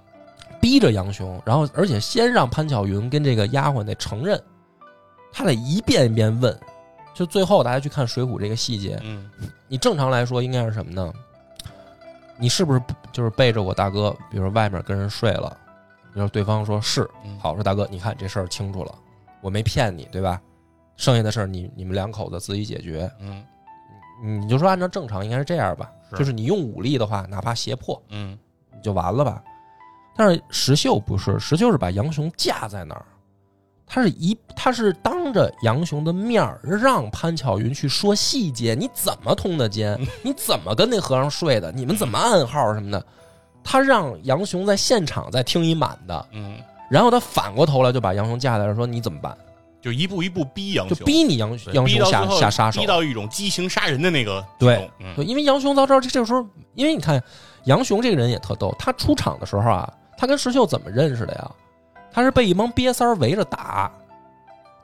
[SPEAKER 1] 逼着杨雄，然后而且先让潘巧云跟这个丫鬟得承认，他得一遍一遍问，就最后大家去看《水浒》这个细节，
[SPEAKER 2] 嗯
[SPEAKER 1] 你正常来说应该是什么呢？你是不是就是背着我大哥，比如说外面跟人睡了，比如对方说是，
[SPEAKER 2] 嗯，
[SPEAKER 1] 好，说大哥，你看这事儿清楚了，我没骗你，对吧？剩下的事儿你你们两口子自己解决，
[SPEAKER 2] 嗯
[SPEAKER 1] 你就说按照正常应该是这样吧，
[SPEAKER 2] 是
[SPEAKER 1] 就是你用武力的话，哪怕胁迫，
[SPEAKER 2] 嗯
[SPEAKER 1] 你就完了吧。但是石秀不是，石秀是把杨雄架在那儿，他是一他是当着杨雄的面儿让潘巧云去说细节，你怎么通的 奸，你怎么跟那和尚睡的，你们怎么暗号什么的，他让杨雄在现场再听一满的，
[SPEAKER 2] 嗯，
[SPEAKER 1] 然后他反过头来就把杨雄架在那儿说你怎么办，
[SPEAKER 2] 就一步一步逼杨
[SPEAKER 1] 就
[SPEAKER 2] 雄，
[SPEAKER 1] 逼你杨
[SPEAKER 2] 对
[SPEAKER 1] 杨
[SPEAKER 2] 逼
[SPEAKER 1] 雄
[SPEAKER 2] 到
[SPEAKER 1] 下
[SPEAKER 2] 最后
[SPEAKER 1] 下杀手
[SPEAKER 2] 逼，到一种激情杀人的那个举
[SPEAKER 1] 对
[SPEAKER 2] 动，嗯
[SPEAKER 1] 对，因为杨雄到这儿，这个时候，因为你看杨雄这个人也特逗，他出场的时候啊，他跟石秀怎么认识的呀？他是被一帮瘪三儿围着打，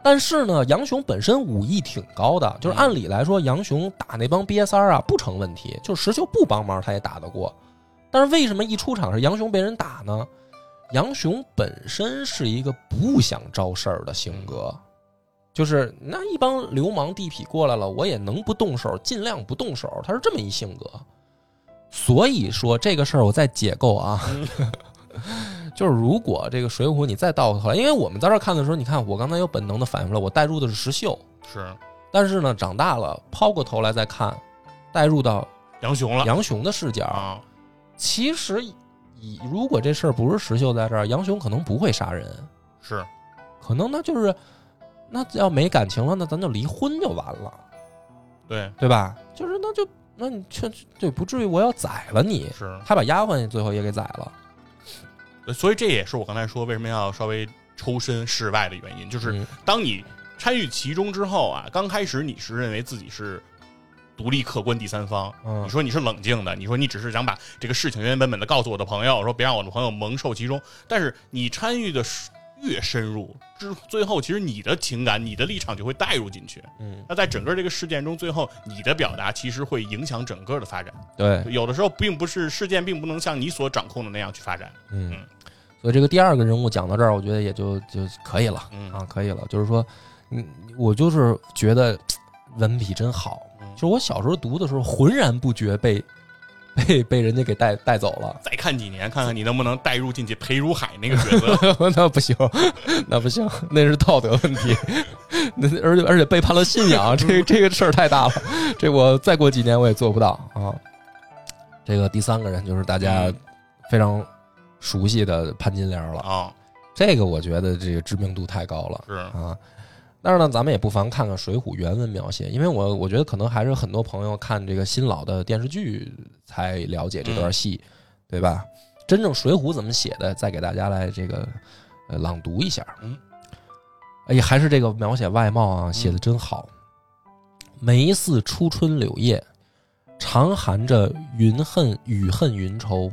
[SPEAKER 1] 但是呢，杨雄本身武艺挺高的，就是
[SPEAKER 2] 嗯
[SPEAKER 1] 按理来说，杨雄打那帮瘪三儿啊不成问题，就是石秀不帮忙他也打得过。但是为什么一出场是杨雄被人打呢？杨雄本身是一个不想招事儿的性格，就是那一帮流氓地痞过来了，我也能不动手，尽量不动手，他是这么一性格。所以说这个事儿我再解构啊， 就是如果这个《水浒》你再倒回来，因为我们在这儿看的时候，你看我刚才有本能的反应出来，我带入的是石秀，
[SPEAKER 2] 嗯是
[SPEAKER 1] 但是呢，长大了抛过头来再看，带入到
[SPEAKER 2] 杨雄了
[SPEAKER 1] 杨雄的视角，
[SPEAKER 2] 啊，
[SPEAKER 1] 其实以如果这事儿不是石秀在这儿，杨雄可能不会杀人，
[SPEAKER 2] 是
[SPEAKER 1] 可能那就是那要没感情了，那咱就离婚就完了，
[SPEAKER 2] 对
[SPEAKER 1] 对吧？就是那就那你确对不至于我要宰了你，
[SPEAKER 2] 是，
[SPEAKER 1] 他把丫鬟最后也给宰了，
[SPEAKER 2] 对所以这也是我刚才说为什么要稍微抽身事外的原因，就是
[SPEAKER 1] 嗯
[SPEAKER 2] 当你参与其中之后啊，刚开始你是认为自己是独立客观第三方，
[SPEAKER 1] 嗯
[SPEAKER 2] 你说你是冷静的，你说你只是想把这个事情原原本本的告诉我的朋友，说别让我的朋友蒙受其中。但是你参与的是越深入，之最后其实你的情感、你的立场就会带入进去。
[SPEAKER 1] 嗯，
[SPEAKER 2] 那在整个这个事件中，最后你的表达其实会影响整个的发展。
[SPEAKER 1] 对，
[SPEAKER 2] 有的时候并不是事件并不能像你所掌控的那样去发展。
[SPEAKER 1] 嗯
[SPEAKER 2] 嗯，
[SPEAKER 1] 所以这个第二个人物讲到这儿，我觉得也就就可以了
[SPEAKER 2] 嗯
[SPEAKER 1] 啊，可以了。就是说，嗯，我就是觉得文笔真好，
[SPEAKER 2] 嗯
[SPEAKER 1] 就是我小时候读的时候，浑然不觉被被被人家给带带走了。
[SPEAKER 2] 再看几年，看看你能不能带入进去裴如海那个角 色。
[SPEAKER 1] 那不行，那不行，那是道德问题。 那而且而且背叛了信仰，这个 这个事儿太大了，这我再过几年我也做不到啊。
[SPEAKER 2] 嗯
[SPEAKER 1] 这个第三个人就是大家非常熟悉的潘金莲了。
[SPEAKER 2] 啊，
[SPEAKER 1] 这个我觉得这个知名度太高了
[SPEAKER 2] 是
[SPEAKER 1] 啊。但是呢，咱们也不妨看看《水浒》原文描写，因为我我觉得可能还是很多朋友看这个新老的电视剧才了解这段戏，对吧？真正《水浒》怎么写的，再给大家来这个呃朗读一下。
[SPEAKER 2] 嗯，
[SPEAKER 1] 哎呀，还是这个描写外貌啊，写的真好。梅似初春柳叶，常含着云恨雨恨云愁，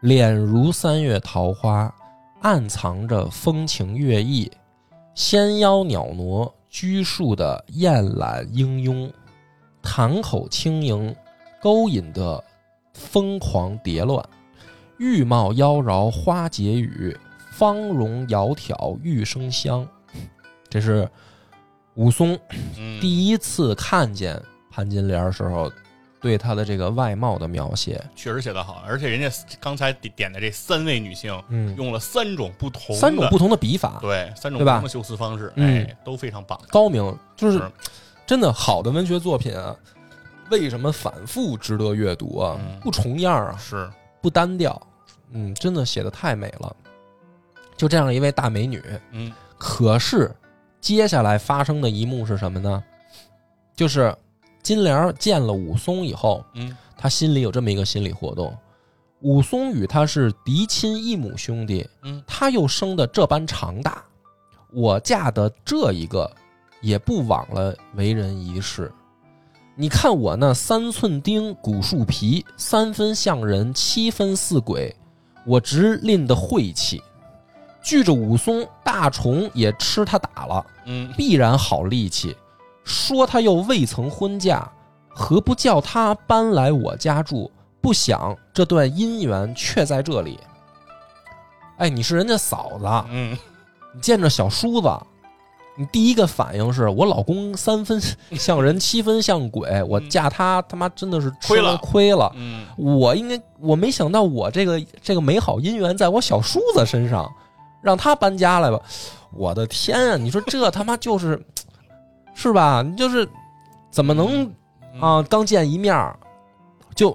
[SPEAKER 1] 脸如三月桃花，暗藏着风情月意。仙腰袅娜，拘束的艳懒英慵，潭口轻盈，勾引的疯狂蝶乱，玉貌妖娆花解语，芳容窈窕玉生香。这是武松
[SPEAKER 2] 嗯，
[SPEAKER 1] 第一次看见潘金莲儿时候对她的这个外貌的描写。
[SPEAKER 2] 确实写得好，而且人家刚才点点的这三位女性
[SPEAKER 1] 嗯，
[SPEAKER 2] 用了三种不同的
[SPEAKER 1] 三种不同的笔法，
[SPEAKER 2] 对三种
[SPEAKER 1] 对
[SPEAKER 2] 不
[SPEAKER 1] 吧
[SPEAKER 2] 同的修辞方式，
[SPEAKER 1] 嗯
[SPEAKER 2] 哎，都非常棒。
[SPEAKER 1] 高明，就是
[SPEAKER 2] 是
[SPEAKER 1] 真的好的文学作品啊，为什么反复值得阅读啊？
[SPEAKER 2] 嗯
[SPEAKER 1] 不重样啊，
[SPEAKER 2] 是，
[SPEAKER 1] 不单调，嗯，真的写的太美了。就这样一位大美女，
[SPEAKER 2] 嗯
[SPEAKER 1] 可是接下来发生的一幕是什么呢？就是金莲儿见了武松以后，
[SPEAKER 2] 嗯
[SPEAKER 1] 她心里有这么一个心理活动：武松与她是嫡亲异母兄弟，
[SPEAKER 2] 嗯，
[SPEAKER 1] 他又生的这般长大，我嫁的这一个也不枉了为人一世。你看我那三寸钉骨树皮，三分像人，七分似鬼，我直吝得晦气。据着武松，大虫也吃他打了，
[SPEAKER 2] 嗯
[SPEAKER 1] 必然好力气。说他又未曾婚嫁，何不叫他搬来我家住？不想这段姻缘却在这里。哎，你是人家嫂子，
[SPEAKER 2] 嗯，
[SPEAKER 1] 你见着小叔子，你第一个反应是我老公三分 像人，七分像鬼，我嫁他他妈真的是吃
[SPEAKER 2] 亏了
[SPEAKER 1] 亏了。
[SPEAKER 2] 嗯
[SPEAKER 1] 我应该，我没想到我这个这个美好姻缘在我小叔子身上，让他搬家来吧。我的天啊！你说这他妈就是，是吧？你就是怎么能
[SPEAKER 2] 嗯
[SPEAKER 1] 啊？刚见一面儿就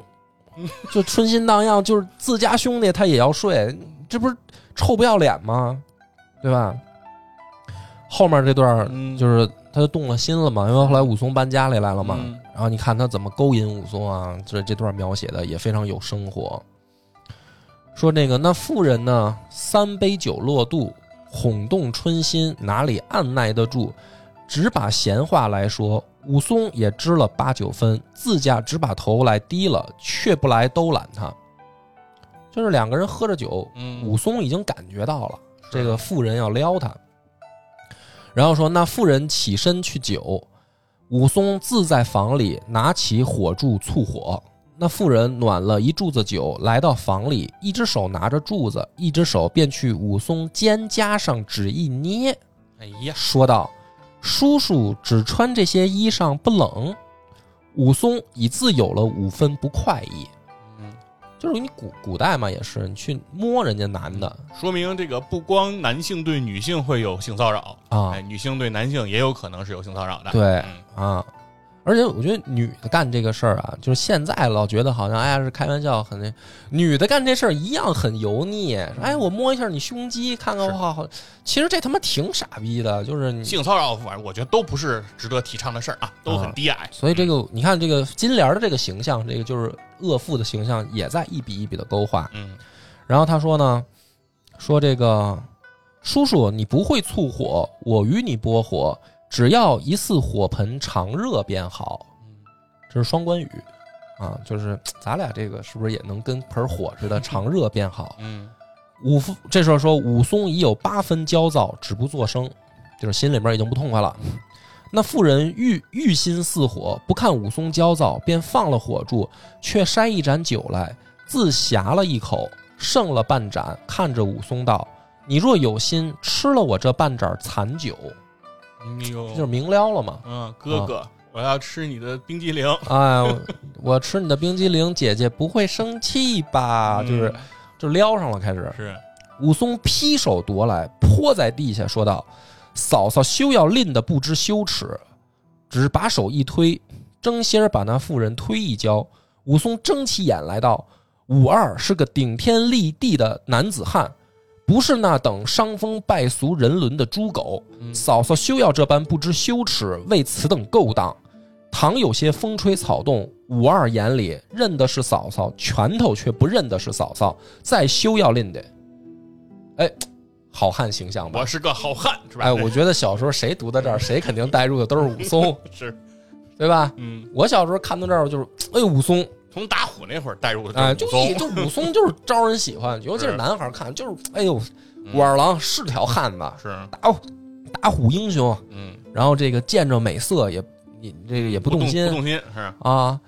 [SPEAKER 2] 嗯
[SPEAKER 1] 就春心荡漾，就是自家兄弟他也要睡，这不是臭不要脸吗？对吧？后面这段儿
[SPEAKER 2] 嗯
[SPEAKER 1] 就是他就动了心了嘛，因为后来武松搬家里来了嘛，
[SPEAKER 2] 嗯
[SPEAKER 1] 然后你看他怎么勾引武松啊，这这段描写的也非常有生活。说那个那妇人呢，三杯酒落肚，哄动春心，哪里按耐得住？只把闲话来说，武松也知了八九分，自家只把头来低了，却不来兜揽他。就是两个人喝着酒，
[SPEAKER 2] 嗯
[SPEAKER 1] 武松已经感觉到了
[SPEAKER 2] 是
[SPEAKER 1] 这个妇人要撩他，然后说那妇人起身去酒，武松自在房里拿起火柱促火。那妇人暖了一柱子酒，来到房里，一只手拿着柱子，一只手便去武松肩胛上只一捏，
[SPEAKER 2] 哎呀，
[SPEAKER 1] 说道：“叔叔只穿这些衣裳不冷。”武松已自有了五分不快意，
[SPEAKER 2] 嗯，
[SPEAKER 1] 就是你古古代嘛，也是你去摸人家男的
[SPEAKER 2] 说明这个不光男性对女性会有性骚扰，
[SPEAKER 1] 啊
[SPEAKER 2] 哎，，女性对男性也有可能是有性骚扰的。
[SPEAKER 1] 对
[SPEAKER 2] 嗯
[SPEAKER 1] 啊。而且我觉得女的干这个事儿啊，就是现在老觉得好像哎呀是开玩笑，很那女的干这事儿一样很油腻。说哎，我摸一下你胸肌，看看我
[SPEAKER 2] 是
[SPEAKER 1] 好好。其实这他妈挺傻逼的，就是你。
[SPEAKER 2] 嗯性骚扰，反正我觉得都不是值得提倡的事儿啊，都很低矮。
[SPEAKER 1] 所以这个你看，这个金莲儿的这个形象，这个就是恶妇的形象，也在一笔一笔的勾画。
[SPEAKER 2] 嗯
[SPEAKER 1] 然后他说呢，说这个叔叔你不会促火，我与你拨火，只要一次火盆常热便好。这是双关语啊，就是咱俩这个是不是也能跟盆火似的，常热便好？
[SPEAKER 2] 嗯
[SPEAKER 1] 武夫这时候说武松已有八分焦躁，止不作声，就是心里面已经不痛快了。那妇人欲欲心似火，不看武松焦躁，便放了火柱，却筛一盏酒来，自呷了一口，剩了半盏，看着武松道：“你若有心，吃了我这半盏残酒，
[SPEAKER 2] 嗯，
[SPEAKER 1] 这
[SPEAKER 2] 哟
[SPEAKER 1] 就是啊明撩了嘛。”
[SPEAKER 2] 嗯，哥哥，我要吃你的冰激凌。
[SPEAKER 1] 哎，我我吃你的冰激凌，姐姐不会生气吧？啊就是就撩上了，开始
[SPEAKER 2] 嗯。是，
[SPEAKER 1] 武松劈手夺来，泼在地下，说道：“嫂嫂休要吝的不知羞耻。”只把手一推，争先儿把那妇人推一跤。武松睁起眼来道：“武二是个顶天立地的男子汉，不是那等伤风败俗人伦的猪狗，
[SPEAKER 2] 嗯
[SPEAKER 1] 嫂嫂休要这般不知羞耻，为此等勾当。倘有些风吹草动，五二眼里认的是嫂嫂，拳头却不认的是嫂嫂，再休要吝的。哎，好汉形象吧
[SPEAKER 2] 我？是个好汉，是吧？
[SPEAKER 1] 哎，我觉得小时候谁读到这儿，谁肯定带入的都是武松，
[SPEAKER 2] 是，
[SPEAKER 1] 对吧？
[SPEAKER 2] 嗯，
[SPEAKER 1] 我小时候看到这儿就是，哎呦，武松，
[SPEAKER 2] 从打虎那会儿带入的
[SPEAKER 1] 哎，
[SPEAKER 2] 就
[SPEAKER 1] 就是
[SPEAKER 2] 武
[SPEAKER 1] 一
[SPEAKER 2] 松
[SPEAKER 1] 就武松就是招人喜欢，尤其是
[SPEAKER 2] 是嗯
[SPEAKER 1] 男孩儿看，就是哎呦，武二郎是条汉子，
[SPEAKER 2] 是，
[SPEAKER 1] 打打虎英雄，
[SPEAKER 2] 嗯，
[SPEAKER 1] 然后这个见着美色也也这个也不
[SPEAKER 2] 不
[SPEAKER 1] 动
[SPEAKER 2] 不
[SPEAKER 1] 心
[SPEAKER 2] 动心是，
[SPEAKER 1] 啊，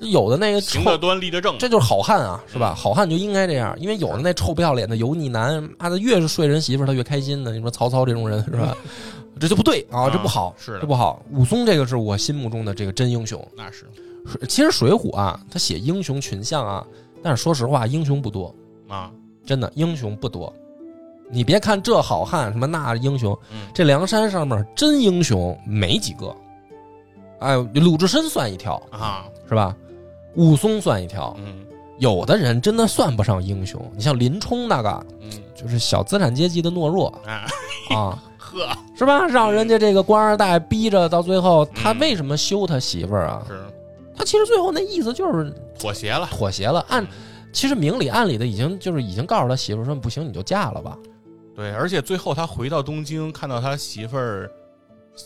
[SPEAKER 1] 有的那个臭
[SPEAKER 2] 行得嗯端，立得正，
[SPEAKER 1] 这就是好汉啊，是吧？好汉就应该这样，因为有的那臭不要脸的油腻男，妈的越是睡人媳妇儿，他越开心呢。你说曹操这种人是吧？ 这就不对啊，
[SPEAKER 2] 啊
[SPEAKER 1] 这不好，
[SPEAKER 2] 是的
[SPEAKER 1] 这不好。武松这个是我心目中的这个真英雄。
[SPEAKER 2] 那是
[SPEAKER 1] 水其实《水浒》啊，他写英雄群像啊，但是说实话，英雄不多，
[SPEAKER 2] 啊，
[SPEAKER 1] 真的英雄不多。你别看这好汉什么那英雄，
[SPEAKER 2] 嗯
[SPEAKER 1] 这梁山上面真英雄没几个。哎，鲁智深算一条
[SPEAKER 2] 啊，
[SPEAKER 1] 是吧？武松算一条，
[SPEAKER 2] 嗯
[SPEAKER 1] 有的人真的算不上英雄。你像林冲那个，
[SPEAKER 2] 嗯，
[SPEAKER 1] 就是小资产阶级的懦弱
[SPEAKER 2] 啊
[SPEAKER 1] 啊，
[SPEAKER 2] 呵，
[SPEAKER 1] 是吧？让人家这个官二代逼着到最后，他
[SPEAKER 2] 嗯
[SPEAKER 1] 为什么休他媳妇儿啊？
[SPEAKER 2] 是
[SPEAKER 1] 他其实最后那意思就是
[SPEAKER 2] 妥协了，嗯
[SPEAKER 1] 妥协了，按其实明里暗里的已经就是已经告诉他媳妇儿说不行你就嫁了吧，
[SPEAKER 2] 对，而且最后他回到东京，看到他媳妇儿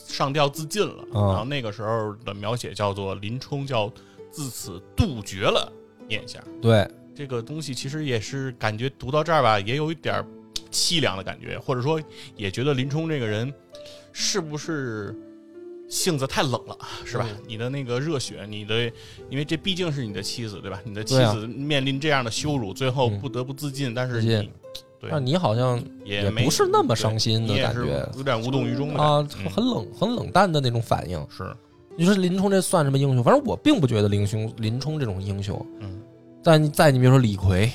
[SPEAKER 2] 上吊自尽了，
[SPEAKER 1] 啊
[SPEAKER 2] 然后那个时候的描写叫做林冲叫自此杜绝了念想。
[SPEAKER 1] 对，
[SPEAKER 2] 这个东西其实也是感觉读到这儿吧，也有一点儿凄凉的感觉，或者说也觉得林冲这个人是不是性子太冷 了，是吧？
[SPEAKER 1] 嗯
[SPEAKER 2] 你的那个热血，你的，因为这毕竟是你的妻子，对吧？你的妻
[SPEAKER 1] 对啊
[SPEAKER 2] 子面临这样的羞辱，最后
[SPEAKER 1] 嗯
[SPEAKER 2] 不得不自尽，但是
[SPEAKER 1] 自尽
[SPEAKER 2] 你对
[SPEAKER 1] 但你好像
[SPEAKER 2] 也
[SPEAKER 1] 也
[SPEAKER 2] 没
[SPEAKER 1] 不是那么伤心的
[SPEAKER 2] 你也
[SPEAKER 1] 感
[SPEAKER 2] 是
[SPEAKER 1] 觉
[SPEAKER 2] 有点无动于衷的感觉
[SPEAKER 1] 啊，
[SPEAKER 2] 嗯
[SPEAKER 1] 很冷很冷淡的那种反应。
[SPEAKER 2] 是，
[SPEAKER 1] 你说林冲这算什么英雄？反正我并不觉得林冲林冲这种英雄。
[SPEAKER 2] 嗯，
[SPEAKER 1] 但你再你比如说李 逵，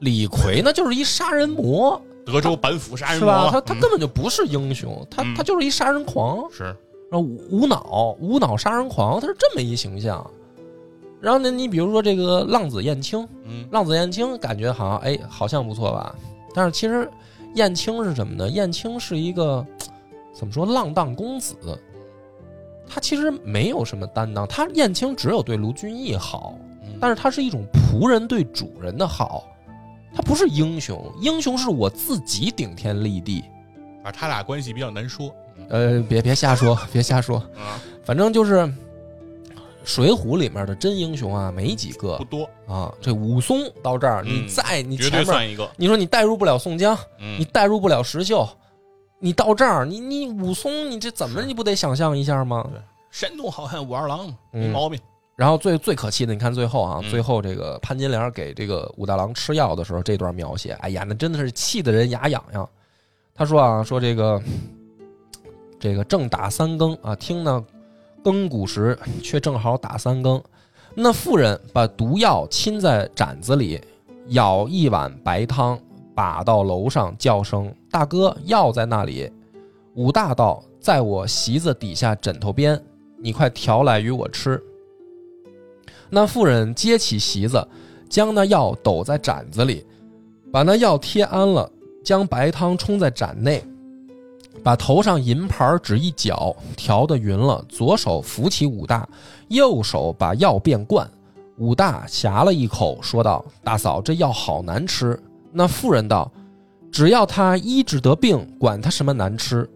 [SPEAKER 1] 李�逵那就是一杀人魔，
[SPEAKER 2] 德州板斧杀人
[SPEAKER 1] 是
[SPEAKER 2] 魔
[SPEAKER 1] 吧？
[SPEAKER 2] 嘛，
[SPEAKER 1] 他他
[SPEAKER 2] 嗯
[SPEAKER 1] 根本就不是英雄，他
[SPEAKER 2] 嗯
[SPEAKER 1] 他就是一杀人狂，
[SPEAKER 2] 是
[SPEAKER 1] 然后无无脑无脑杀人狂，他是这么一形象。然后呢，你比如说这个浪子燕青，
[SPEAKER 2] 嗯
[SPEAKER 1] 浪子燕青感觉好像哎好像不错吧，但是其实燕青是什么呢？燕青是一个怎么说浪荡公子，他其实没有什么担当，他燕青只有对卢俊义好，
[SPEAKER 2] 嗯
[SPEAKER 1] 但是它是一种仆人对主人的好，它不是英雄，英雄是我自己顶天立地。
[SPEAKER 2] 反正他俩关系比较难说，
[SPEAKER 1] 呃，别别瞎说， 别瞎说，
[SPEAKER 2] 嗯啊，
[SPEAKER 1] 反正就是《水浒》里面的真英雄啊，没几个
[SPEAKER 2] 不多，
[SPEAKER 1] 啊。这武松到这儿，
[SPEAKER 2] 嗯
[SPEAKER 1] 你再你
[SPEAKER 2] 绝
[SPEAKER 1] 前
[SPEAKER 2] 对
[SPEAKER 1] 面，
[SPEAKER 2] 算一个，
[SPEAKER 1] 你说你代入不了宋江，
[SPEAKER 2] 嗯
[SPEAKER 1] 你，代入不了石秀，你到这儿，你你武松，你这怎么
[SPEAKER 2] 是
[SPEAKER 1] 你不得想象一下吗？
[SPEAKER 2] 山东好汉武二郎嘛，没
[SPEAKER 1] 嗯
[SPEAKER 2] 毛病。
[SPEAKER 1] 然后最最可气的，你看最后啊，
[SPEAKER 2] 嗯
[SPEAKER 1] 最后这个潘金莲给这个武大郎吃药的时候，这段描写，哎呀，那真的是气得人牙痒痒。他说啊，说这个这个正打三更啊，听呢更鼓时，却正好打三更。那妇人把毒药浸在盏子里，舀一碗白汤，把到楼上叫声：“大哥，药在那里。”武大道在我席子底下枕头边，你快调来与我吃。那妇人接起席子，将那药抖在盏子里，把那药贴安了，将白汤冲在盏内，把头上银盘只一搅，调的匀了，左手扶起武大，右手把药变灌。武大呷了一口，说道：“大嫂，这药好难吃。”那妇人道：“只要他医治得病，管他什么难吃。”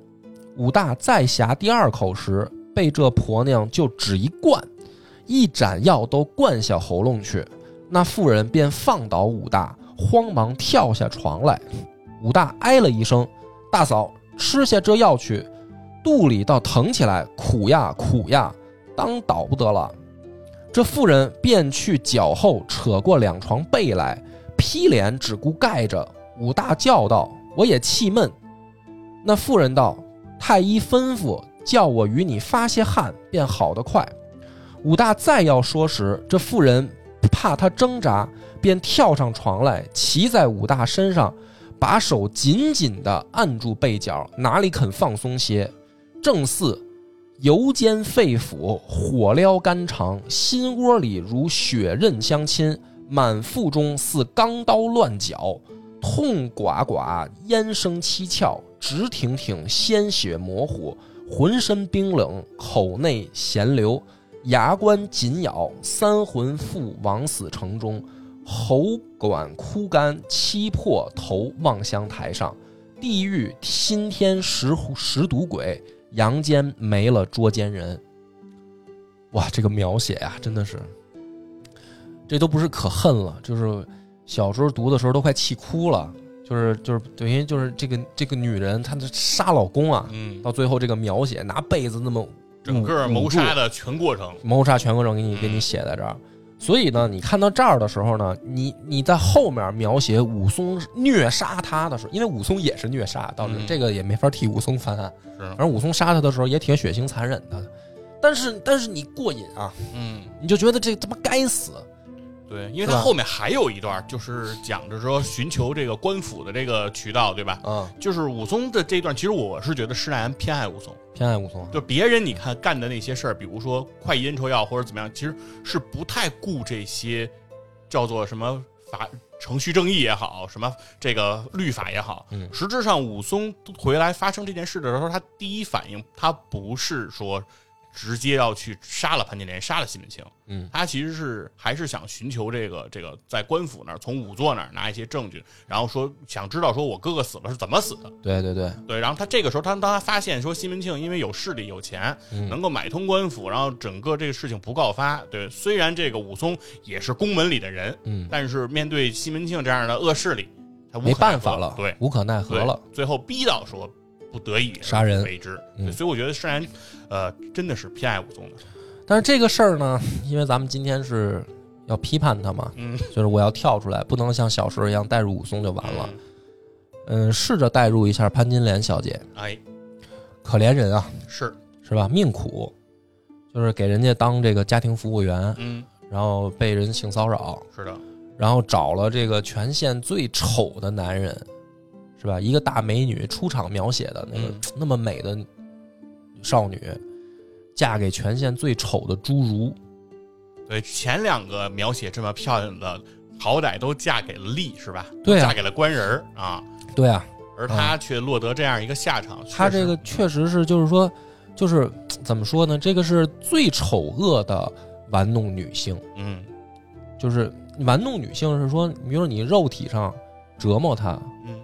[SPEAKER 1] 武大再呷第二口时，被这婆娘就只一灌，一盏药都灌下喉咙去。那妇人便放倒武大，慌忙跳下床来。武大哎了一声：“大嫂，吃下这药去，肚里倒疼起来，苦呀苦呀，当倒不得了。”这妇人便去脚后扯过两床被来，披脸只顾盖着。武大叫道：“我也气闷。”那妇人道：“太医吩咐叫我与你发些汗，便好得快。”武大再要说时，这妇人怕他挣扎，便跳上床来，骑在武大身上，把手紧紧地按住被角，哪里肯放松些？正似油煎肺腑，火燎肝肠，心窝里如血刃相侵，满腹中似钢刀乱绞，痛寡寡，烟声七窍，直挺挺，鲜血模糊，浑身冰冷，口内咸流，牙关紧咬，三魂附往死城中，喉管枯干，七魄投望乡台上，地狱新天十狐十赌鬼，阳间没了捉奸人。哇，这个描写呀、真的是，这都不是可恨了，就是小时候读的时候都快气哭了，就是就是等于就是这个这个女人她的杀老公啊，
[SPEAKER 2] 嗯，
[SPEAKER 1] 到最后这个描写拿被子那么
[SPEAKER 2] 整个
[SPEAKER 1] 捂
[SPEAKER 2] 谋杀的全过程，
[SPEAKER 1] 谋杀全过程给你给你写在这儿。所以呢，你看到这儿的时候呢，你你在后面描写武松虐杀他的时候，因为武松也是虐杀，倒是、
[SPEAKER 2] 嗯
[SPEAKER 1] 这个也没法替武松翻案。
[SPEAKER 2] 是啊
[SPEAKER 1] 反，正武松杀他的时候也挺血腥残忍的，但是但是你过瘾啊，
[SPEAKER 2] 嗯，
[SPEAKER 1] 你就觉得这他妈该死。啊
[SPEAKER 2] 对，因
[SPEAKER 1] 是
[SPEAKER 2] 为他
[SPEAKER 1] 吧
[SPEAKER 2] 后面还有一段，就是讲着说寻求这个官府的这个渠道，对吧？
[SPEAKER 1] 啊，
[SPEAKER 2] 就是武松的这段，其实我是觉得施耐庵偏爱武松，
[SPEAKER 1] 偏爱武松。啊
[SPEAKER 2] 就别人你看干的那些事儿，比如说快意恩仇药或者怎么样，其实是不太顾这些叫做什么法程序正义也好，什么这个律法也好。
[SPEAKER 1] 嗯
[SPEAKER 2] 实质上武松回来发生这件事的时候，他第一反应他不是说直接要去杀了潘金莲，杀了西门庆，
[SPEAKER 1] 嗯，
[SPEAKER 2] 他其实是还是想寻求这个这个在官府那儿从仵作那儿拿一些证据，然后说想知道说我哥哥死了是怎么死的。
[SPEAKER 1] 对对对，
[SPEAKER 2] 对，然后他这个时候，他当他发现说西门庆因为有势力、有钱，
[SPEAKER 1] 嗯
[SPEAKER 2] 能够买通官府，然后整个这个事情不告发。对，虽然这个武松也是宫门里的人，
[SPEAKER 1] 嗯，
[SPEAKER 2] 但是面对西门庆这样的恶势力，他无可
[SPEAKER 1] 没办
[SPEAKER 2] 奈
[SPEAKER 1] 法
[SPEAKER 2] 何
[SPEAKER 1] 了，
[SPEAKER 2] 对，
[SPEAKER 1] 无可奈何
[SPEAKER 2] 对
[SPEAKER 1] 了。，
[SPEAKER 2] 最后逼到说不得已
[SPEAKER 1] 杀人
[SPEAKER 2] 为之。
[SPEAKER 1] 嗯
[SPEAKER 2] 对所以我觉得虽然呃真的是偏爱武松的，
[SPEAKER 1] 但是这个事儿呢， 因为咱们今天是要批判他嘛，
[SPEAKER 2] 嗯，
[SPEAKER 1] 就是我要跳出来，不能像小时候一样带入武松就完了。
[SPEAKER 2] 嗯，
[SPEAKER 1] 嗯，试着代入一下潘金莲小姐，
[SPEAKER 2] 哎，
[SPEAKER 1] 可怜人啊，
[SPEAKER 2] 是，
[SPEAKER 1] 是吧？命苦，就是给人家当这个家庭服务员，
[SPEAKER 2] 嗯，
[SPEAKER 1] 然后被人性骚扰，
[SPEAKER 2] 是的，
[SPEAKER 1] 然后找了这个全县最丑的男人，是吧？一个大美女出场描写的那个、
[SPEAKER 2] 嗯
[SPEAKER 1] 那么美的少女，嫁给全县最丑的侏儒，
[SPEAKER 2] 对，前两个描写这么漂亮的，好歹都嫁给了吏是吧？
[SPEAKER 1] 对啊
[SPEAKER 2] 嫁给了官人儿啊。
[SPEAKER 1] 对啊，
[SPEAKER 2] 而他却落得这样一个下场。
[SPEAKER 1] 她
[SPEAKER 2] 确
[SPEAKER 1] 这
[SPEAKER 2] 实
[SPEAKER 1] 个确实是就是说，就是怎么说呢？这个是最丑恶的玩弄女性，
[SPEAKER 2] 嗯
[SPEAKER 1] 就是玩弄女性是说，比如说你肉体上折磨她，
[SPEAKER 2] 嗯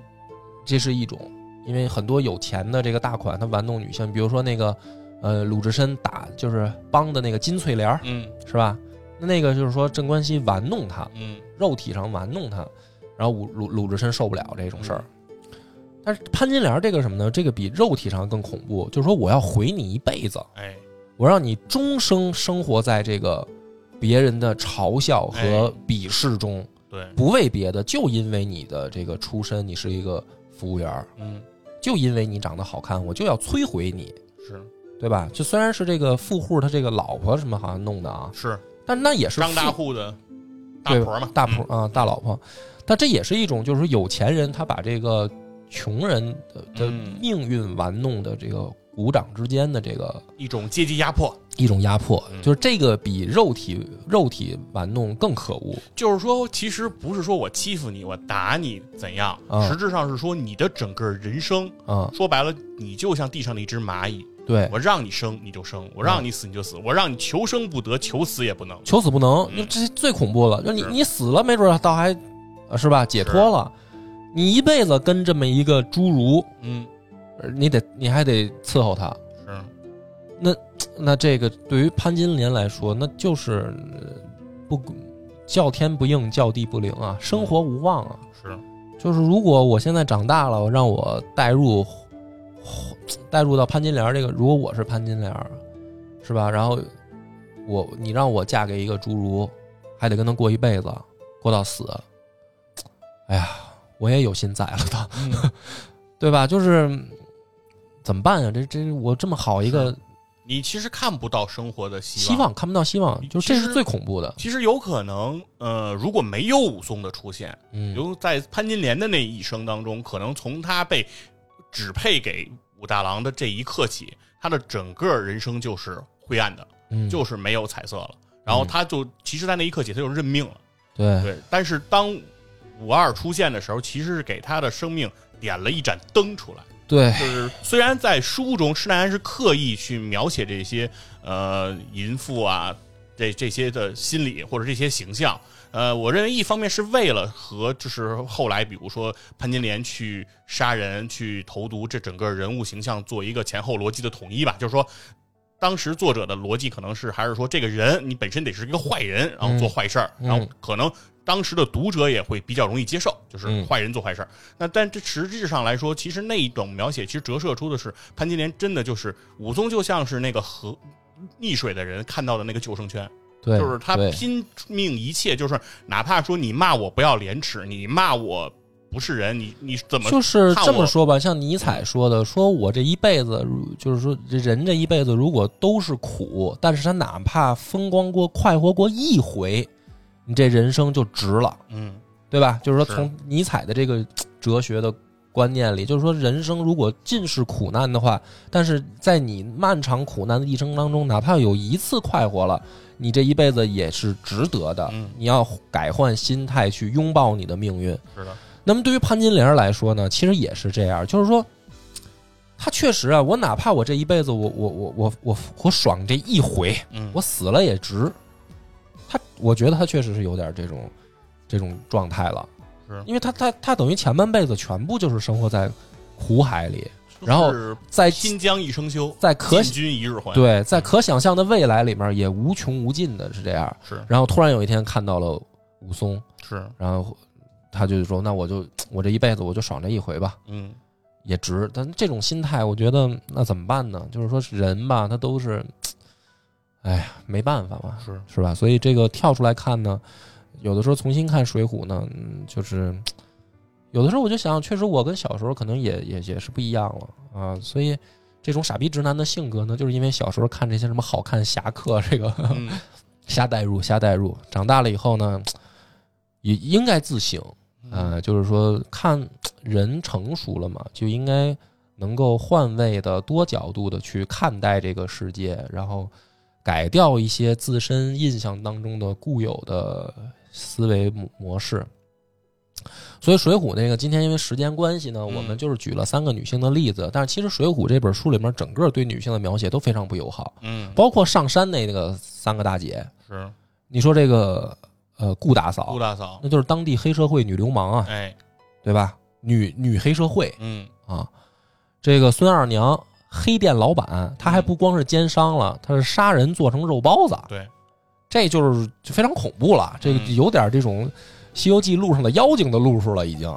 [SPEAKER 1] 这是一种，因为很多有钱的这个大款他玩弄女性，比如说那个，呃，鲁智深打就是帮的那个金翠莲儿，
[SPEAKER 2] 嗯
[SPEAKER 1] 是吧？那那个就是说镇关西玩弄他，
[SPEAKER 2] 嗯
[SPEAKER 1] 肉体上玩弄他，然后鲁鲁鲁智深受不了这种事儿。但是潘金莲这个什么呢？这个比肉体上更恐怖，就是说我要毁你一辈子，
[SPEAKER 2] 哎
[SPEAKER 1] 我让你终生生活在这个别人的嘲笑
[SPEAKER 2] 哎
[SPEAKER 1] 和鄙视中，
[SPEAKER 2] 对
[SPEAKER 1] 不为别的，就因为你的这个出身，你是一个服务员儿。
[SPEAKER 2] 嗯
[SPEAKER 1] 就因为你长得好看，我就要摧毁你，
[SPEAKER 2] 是
[SPEAKER 1] 对吧？就虽然是这个富户他这个老婆什么好像弄的啊，
[SPEAKER 2] 是
[SPEAKER 1] 但那也是
[SPEAKER 2] 张大
[SPEAKER 1] 户
[SPEAKER 2] 户的大
[SPEAKER 1] 对
[SPEAKER 2] 婆嘛
[SPEAKER 1] 大婆啊大老婆，但这也是一种就是说有钱人他把这个穷人的的
[SPEAKER 2] 嗯
[SPEAKER 1] 命运玩弄的这个鼓掌之间的这个
[SPEAKER 2] 嗯一种阶级压迫。
[SPEAKER 1] 一种压迫
[SPEAKER 2] 嗯，
[SPEAKER 1] 就是这个比肉体肉体玩弄更可恶。
[SPEAKER 2] 就是说，其实不是说我欺负你，我打你怎样，
[SPEAKER 1] 啊
[SPEAKER 2] 实质上是说你的整个人生，
[SPEAKER 1] 啊、
[SPEAKER 2] 说白了，你就像地上的一只蚂蚁，
[SPEAKER 1] 对，
[SPEAKER 2] 我让你生你就生，我
[SPEAKER 1] 啊
[SPEAKER 2] 让你死你就死，我让你求生不得，求死也不能。
[SPEAKER 1] 求死不能，
[SPEAKER 2] 嗯
[SPEAKER 1] 就这最恐怖了。就你
[SPEAKER 2] 是
[SPEAKER 1] 你死了，没准儿倒还，呃是吧？解脱了，你一辈子跟这么一个侏儒，
[SPEAKER 2] 嗯，
[SPEAKER 1] 呃你得你还得伺候他。
[SPEAKER 2] 是，
[SPEAKER 1] 那这个对于潘金莲来说，那就是呃不叫天不应，叫地不灵啊，生活无望啊。
[SPEAKER 2] 是，
[SPEAKER 1] 就是如果我现在长大了，让我带入带入到潘金莲这个，如果我是潘金莲，是吧？然后我你让我嫁给一个侏儒，还得跟他过一辈子，过到死。哎呀，我也有心宰了他，
[SPEAKER 2] 嗯
[SPEAKER 1] 对吧？就是嗯怎么办呀？这这我这么好一个
[SPEAKER 2] 你其实看不到生活的希
[SPEAKER 1] 希望看不到希望，就是这
[SPEAKER 2] 其
[SPEAKER 1] 是
[SPEAKER 2] 实
[SPEAKER 1] 最恐怖的。
[SPEAKER 2] 其实有可能，呃，如果没有武松的出现，
[SPEAKER 1] 嗯，
[SPEAKER 2] 由在潘金莲的那一生当中，可能从她被指配给武大郎的这一刻起，她的整个人生就是灰暗的，
[SPEAKER 1] 嗯
[SPEAKER 2] 就是
[SPEAKER 1] 嗯
[SPEAKER 2] 没有彩色了。然后她就，其实，在那一刻起，她就认命了。
[SPEAKER 1] 对
[SPEAKER 2] 对，但是当五二出现的时候，其实是给他的生命点了一盏灯出来。
[SPEAKER 1] 对，
[SPEAKER 2] 就是虽然在书中施耐庵是刻意去描写这些呃淫妇啊这这些的心理或者这些形象，呃，我认为一方面是为了和就是后来比如说潘金莲去杀人去投毒这整个人物形象做一个前后逻辑的统一吧，就是说。当时作者的逻辑可能是还是说这个人你本身得是一个坏人，然后做坏事儿，
[SPEAKER 1] 嗯
[SPEAKER 2] 然后可能当时的读者也会比较容易接受，就是
[SPEAKER 1] 嗯
[SPEAKER 2] 坏人做坏事儿。那但这实质上来说，其实那一种描写其实折射出的是潘金莲真的就是武松，就像是那个河溺水的人看到的那个救生圈，
[SPEAKER 1] 对，
[SPEAKER 2] 就是他
[SPEAKER 1] 对
[SPEAKER 2] 拼命一切，就是哪怕说你骂我不要廉耻，你骂我不是人，你你怎么
[SPEAKER 1] 就是
[SPEAKER 2] 看
[SPEAKER 1] 这么
[SPEAKER 2] 我
[SPEAKER 1] 说吧，像尼采说的，说我这一辈子，如就是说这人这一辈子如果都是苦，但是他哪怕风光过、快活过一回，你这人生就值了，
[SPEAKER 2] 嗯
[SPEAKER 1] 对吧？就是说，
[SPEAKER 2] 是
[SPEAKER 1] 从尼采的这个哲学的观念里，就是说，人生如果尽是苦难的话，但是在你漫长苦难的一生当中，哪怕有一次快活了，你这一辈子也是值得的。
[SPEAKER 2] 嗯
[SPEAKER 1] 你要改换心态去拥抱你的命运。
[SPEAKER 2] 是的，
[SPEAKER 1] 那么对于潘金莲来说呢，其实也是这样，就是说，她确实啊，我哪怕我这一辈子我我我我我我爽这一回，
[SPEAKER 2] 嗯
[SPEAKER 1] 我死了也值。她，我觉得她确实是有点这种这种状态了，
[SPEAKER 2] 是
[SPEAKER 1] 因为她她她等于前半辈子全部就是生活在苦海里，然后
[SPEAKER 2] 就是
[SPEAKER 1] 在
[SPEAKER 2] 新疆一生休，
[SPEAKER 1] 在可
[SPEAKER 2] 进军一日还，
[SPEAKER 1] 对在可想象的未来里面也无穷无尽的是这样。
[SPEAKER 2] 是
[SPEAKER 1] 然后突然有一天看到了武松，
[SPEAKER 2] 是
[SPEAKER 1] 然后他就说：“那我就我这一辈子我就爽这一回吧。”
[SPEAKER 2] 嗯
[SPEAKER 1] 也值。但这种心态，我觉得那怎么办呢？就是说人吧，他都是，哎呀，没办法嘛，
[SPEAKER 2] 是
[SPEAKER 1] 是吧？所以这个跳出来看呢，有的时候重新看《水浒》呢，嗯，就是有的时候我就想，确实我跟小时候可能也也也是不一样了啊，所以。这种傻逼直男的性格呢，就是因为小时候看这些什么好看侠客，这个
[SPEAKER 2] 嗯
[SPEAKER 1] 瞎代入，瞎代入。长大了以后呢，也应该自省，
[SPEAKER 2] 嗯
[SPEAKER 1] 呃，就是说看人成熟了嘛，就应该能够换位的、多角度的去看待这个世界，然后改掉一些自身印象当中的固有的思维模模式。所以《水浒》那个，今天因为时间关系呢，我们
[SPEAKER 2] 嗯
[SPEAKER 1] 就是举了三个女性的例子，但是其实《水浒》这本书里面整个对女性的描写都非常不友好，
[SPEAKER 2] 嗯
[SPEAKER 1] 包括上山那个三个大姐，
[SPEAKER 2] 是
[SPEAKER 1] 你说这个呃顾大嫂
[SPEAKER 2] 顾，大嫂，
[SPEAKER 1] 那就是当地黑社会女流氓啊，
[SPEAKER 2] 哎
[SPEAKER 1] 对吧？女女黑社会
[SPEAKER 2] 嗯
[SPEAKER 1] 啊，这个孙二娘黑店老板，她还不光是奸商了，她是杀人做成肉包子，
[SPEAKER 2] 对，
[SPEAKER 1] 这就是就非常恐怖了，这个
[SPEAKER 2] 嗯
[SPEAKER 1] 有点这种《西游记》路上的妖精的路数了，已经。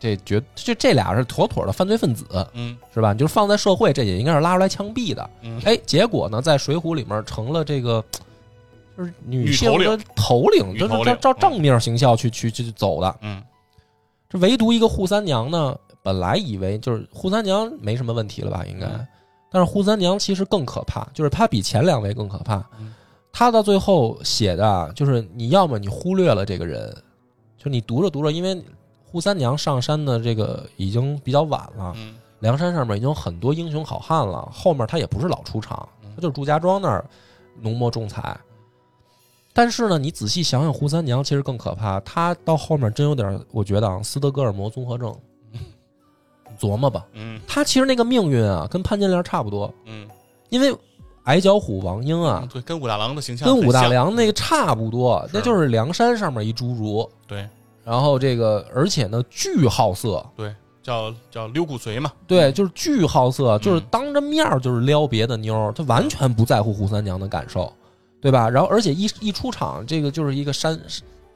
[SPEAKER 1] 这绝这这俩是妥妥的犯罪分子，
[SPEAKER 2] 嗯
[SPEAKER 1] 是吧？你就是放在社会，这也应该是拉出来枪毙的。
[SPEAKER 2] 嗯
[SPEAKER 1] 哎，结果呢，在《水浒》里面成了这个就是女性
[SPEAKER 2] 女头
[SPEAKER 1] 的头领，
[SPEAKER 2] 女
[SPEAKER 1] 就
[SPEAKER 2] 头
[SPEAKER 1] 是
[SPEAKER 2] 领
[SPEAKER 1] 照照
[SPEAKER 2] 嗯
[SPEAKER 1] 正面形象去去去去走的。
[SPEAKER 2] 嗯
[SPEAKER 1] 这唯独一个扈三娘呢，本来以为就是扈三娘没什么问题了吧，应该，
[SPEAKER 2] 嗯
[SPEAKER 1] 但是扈三娘其实更可怕，就是她比前两位更可怕
[SPEAKER 2] 嗯。
[SPEAKER 1] 她到最后写的啊就是你要么你忽略了这个人，就是你读着读着，因为扈三娘上山的这个已经比较晚了，
[SPEAKER 2] 嗯
[SPEAKER 1] 梁山上面已经有很多英雄好汉了，后面他也不是老出场
[SPEAKER 2] 嗯，
[SPEAKER 1] 他就是祝家庄那儿浓墨重彩。但是呢，你仔细想想，扈三娘其实更可怕，她到后面真有点儿，我觉得啊，斯德哥尔摩综合症。琢磨吧，
[SPEAKER 2] 嗯
[SPEAKER 1] 她其实那个命运啊，跟潘金莲差不多，
[SPEAKER 2] 嗯
[SPEAKER 1] 因为矮脚虎王英啊，
[SPEAKER 2] 对，跟武大郎的形象
[SPEAKER 1] 跟武
[SPEAKER 2] 嗯很
[SPEAKER 1] 大
[SPEAKER 2] 像
[SPEAKER 1] 良那个差不多，
[SPEAKER 2] 是
[SPEAKER 1] 那就是梁山上面一侏儒，
[SPEAKER 2] 对
[SPEAKER 1] 然后这个而且呢巨好色，
[SPEAKER 2] 对叫叫溜骨髓嘛，
[SPEAKER 1] 对，就是巨好色，就是
[SPEAKER 2] 嗯
[SPEAKER 1] 当着面儿就是撩别的妞儿，他完全不在乎扈三娘的感受，对吧？然后而且一一出场，这个就是一个山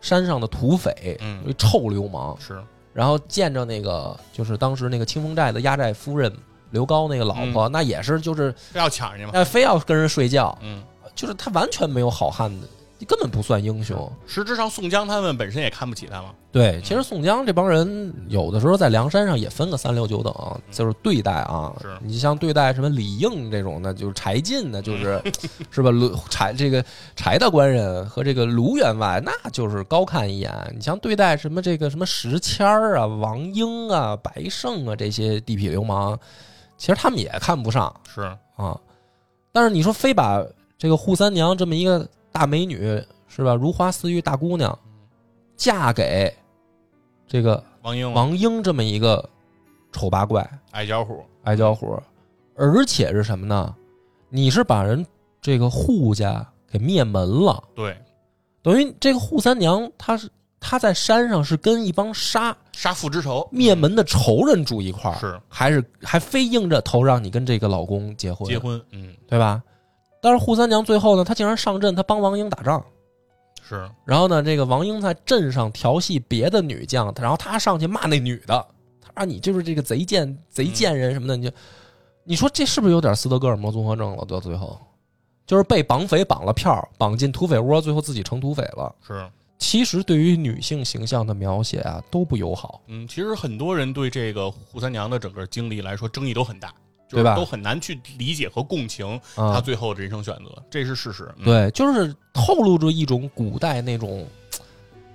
[SPEAKER 1] 山上的土匪，
[SPEAKER 2] 嗯
[SPEAKER 1] 一臭流氓，
[SPEAKER 2] 是
[SPEAKER 1] 然后见着那个就是当时那个清风寨的压寨夫人刘高那个老婆，那也是就是
[SPEAKER 2] 非要抢人家嘛，
[SPEAKER 1] 哎非要跟人睡觉，
[SPEAKER 2] 嗯。
[SPEAKER 1] 就是他完全没有好汉的，根本不算英雄。
[SPEAKER 2] 实质上，宋江他们本身也看不起他嘛。
[SPEAKER 1] 对，其实宋江这帮人有的时候在梁山上也分个三六九等，就是对待啊。
[SPEAKER 2] 是
[SPEAKER 1] 你像对待什么李应这种的，就是柴进呢，就是是吧？卢柴这个柴大官人和这个卢员外，那就是高看一眼。你像对待什么这个什么石谦儿啊、王英啊、白胜啊这些地痞流氓，其实他们也看不上
[SPEAKER 2] 是，
[SPEAKER 1] 啊。但是你说非把这个扈三娘这么一个大美女是吧，如花似玉大姑娘，嫁给这个
[SPEAKER 2] 王英嘛
[SPEAKER 1] 王英这么一个丑八怪、
[SPEAKER 2] 矮脚虎，
[SPEAKER 1] 矮脚虎，而且是什么呢？你是把人这个户家给灭门了，
[SPEAKER 2] 对，
[SPEAKER 1] 等于这个扈三娘她是她在山上是跟一帮杀
[SPEAKER 2] 杀父之仇嗯
[SPEAKER 1] 灭门的仇人住一块儿，
[SPEAKER 2] 是
[SPEAKER 1] 还是还非硬着头让你跟这个老公结婚，
[SPEAKER 2] 结婚，嗯，
[SPEAKER 1] 对吧？但是扈三娘最后呢，她竟然上阵，她帮王英打仗。
[SPEAKER 2] 是
[SPEAKER 1] 然后呢，这个王英在阵上调戏别的女将，然后她上去骂那女的，她说你就是这个贼贱贼贱人什么的，你就你说这是不是有点斯德哥尔摩综合症了？到最后，就是被绑匪绑了票，绑进土匪窝，最后自己成土匪了。
[SPEAKER 2] 是，
[SPEAKER 1] 其实对于女性形象的描写啊，都不友好。
[SPEAKER 2] 嗯，其实很多人对这个扈三娘的整个经历来说，争议都很大，就
[SPEAKER 1] 对
[SPEAKER 2] 是
[SPEAKER 1] 吧
[SPEAKER 2] 都很难去理解和共情
[SPEAKER 1] 啊、
[SPEAKER 2] 她最后的人生选择，这是事实。嗯，
[SPEAKER 1] 对，就是透露着一种古代那种嘖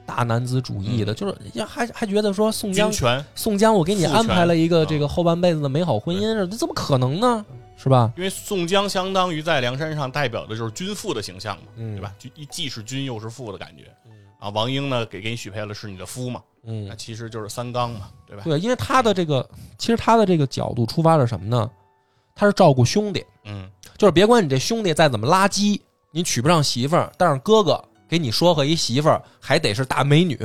[SPEAKER 1] 大男子主义的，就是呀还还觉得说宋江
[SPEAKER 2] 金权，
[SPEAKER 1] 宋江，我给你
[SPEAKER 2] 父权
[SPEAKER 1] 安排了一个
[SPEAKER 2] 嗯
[SPEAKER 1] 这个后半辈子的美好婚姻，这怎么可能呢？是吧？
[SPEAKER 2] 因为宋江相当于在梁山上代表的就是君父的形象嘛，
[SPEAKER 1] 嗯
[SPEAKER 2] 对吧？就一既是君又是父的感觉。啊，王英呢给给你许配了是你的夫嘛，那
[SPEAKER 1] 嗯，
[SPEAKER 2] 其实就是三纲嘛，对哎吧？
[SPEAKER 1] 对，因为他的这个，其实他的这个角度出发是什么呢？他是照顾兄弟，
[SPEAKER 2] 嗯，
[SPEAKER 1] 就是别管你这兄弟再怎么垃圾，你娶不上媳妇儿，但是哥哥给你说和一媳妇儿，还得是大美女，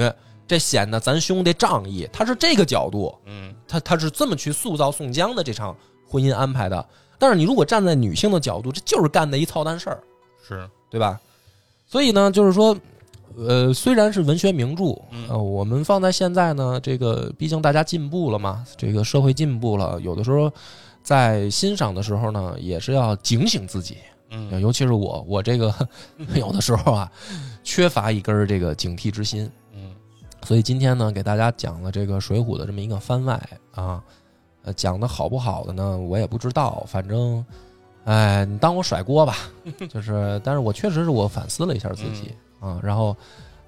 [SPEAKER 1] 这显得咱兄弟仗义。他是这个角度，
[SPEAKER 2] 嗯，
[SPEAKER 1] 他他是这么去塑造宋江的这场婚姻安排的。但是你如果站在女性的角度，这就是干的一操蛋事儿，
[SPEAKER 2] 是
[SPEAKER 1] 对吧？所以呢，就是说，呃，虽然是文学名著，
[SPEAKER 2] 嗯
[SPEAKER 1] 呃，我们放在现在呢，这个毕竟大家进步了嘛，这个社会进步了，有的时候在欣赏的时候呢，也是要警醒自己，
[SPEAKER 2] 嗯
[SPEAKER 1] 尤其是我，我这个 有的时候啊，缺乏一根儿这个警惕之心，
[SPEAKER 2] 嗯
[SPEAKER 1] 所以今天呢，给大家讲了这个《水浒》的这么一个番外啊，呃，讲的好不好的呢，我也不知道，反正，哎，你当我甩锅吧， 就是，但是我确实是我反思了一下自己、啊，然后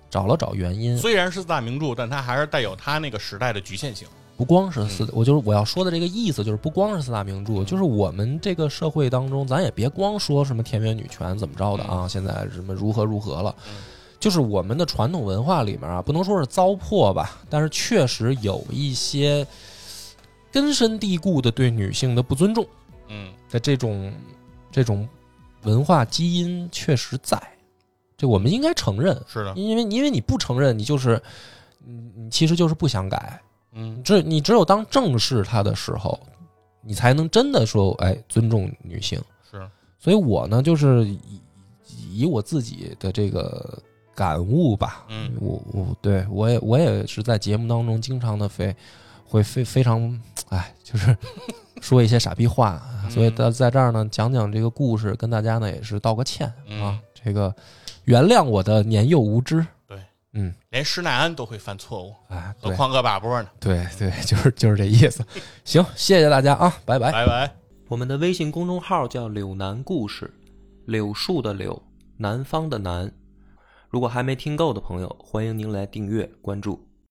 [SPEAKER 1] 找了找原因，
[SPEAKER 2] 虽然是四大名著，但它还是带有它那个时代的局限性。
[SPEAKER 1] 不光是四，我就是我要说的这个意思，就是不光是四大名著，就是我们这个社会当中，咱也别光说什么田园女权怎么着的啊，现在什么如何如何了
[SPEAKER 2] 嗯，
[SPEAKER 1] 就是我们的传统文化里面啊，不能说是糟粕吧，但是确实有一些根深蒂固的对女性的不尊重
[SPEAKER 2] 嗯，
[SPEAKER 1] 的这种这种文化基因确实在，这我们应该承认，
[SPEAKER 2] 是的，
[SPEAKER 1] 因为因为你不承认，你就是你你其实就是不想改。
[SPEAKER 2] 嗯
[SPEAKER 1] 只你只有当正视它的时候，你才能真的说，哎，尊重女性。
[SPEAKER 2] 是，
[SPEAKER 1] 所以我呢，就是以以以我自己的这个感悟吧，
[SPEAKER 2] 嗯
[SPEAKER 1] 我我对我也我也是在节目当中经常的非会非非常，哎，就是 说一些傻逼话，
[SPEAKER 2] 嗯
[SPEAKER 1] 所以在在这儿呢讲讲这个故事，跟大家呢也是道个歉啊
[SPEAKER 2] 嗯，
[SPEAKER 1] 这个原谅我的年幼无知，
[SPEAKER 2] 对，
[SPEAKER 1] 嗯，
[SPEAKER 2] 连施耐庵都会犯错误，
[SPEAKER 1] 哎，
[SPEAKER 2] 何
[SPEAKER 1] 对
[SPEAKER 2] 况恶霸波呢？
[SPEAKER 1] 对对，就是就是这意思。行，谢谢大家啊，拜拜。
[SPEAKER 2] 拜拜。
[SPEAKER 3] 我们的微信公众号叫“柳南故事”，柳树的柳，南方的南。如果还没听够的朋友，欢迎您来订阅关注。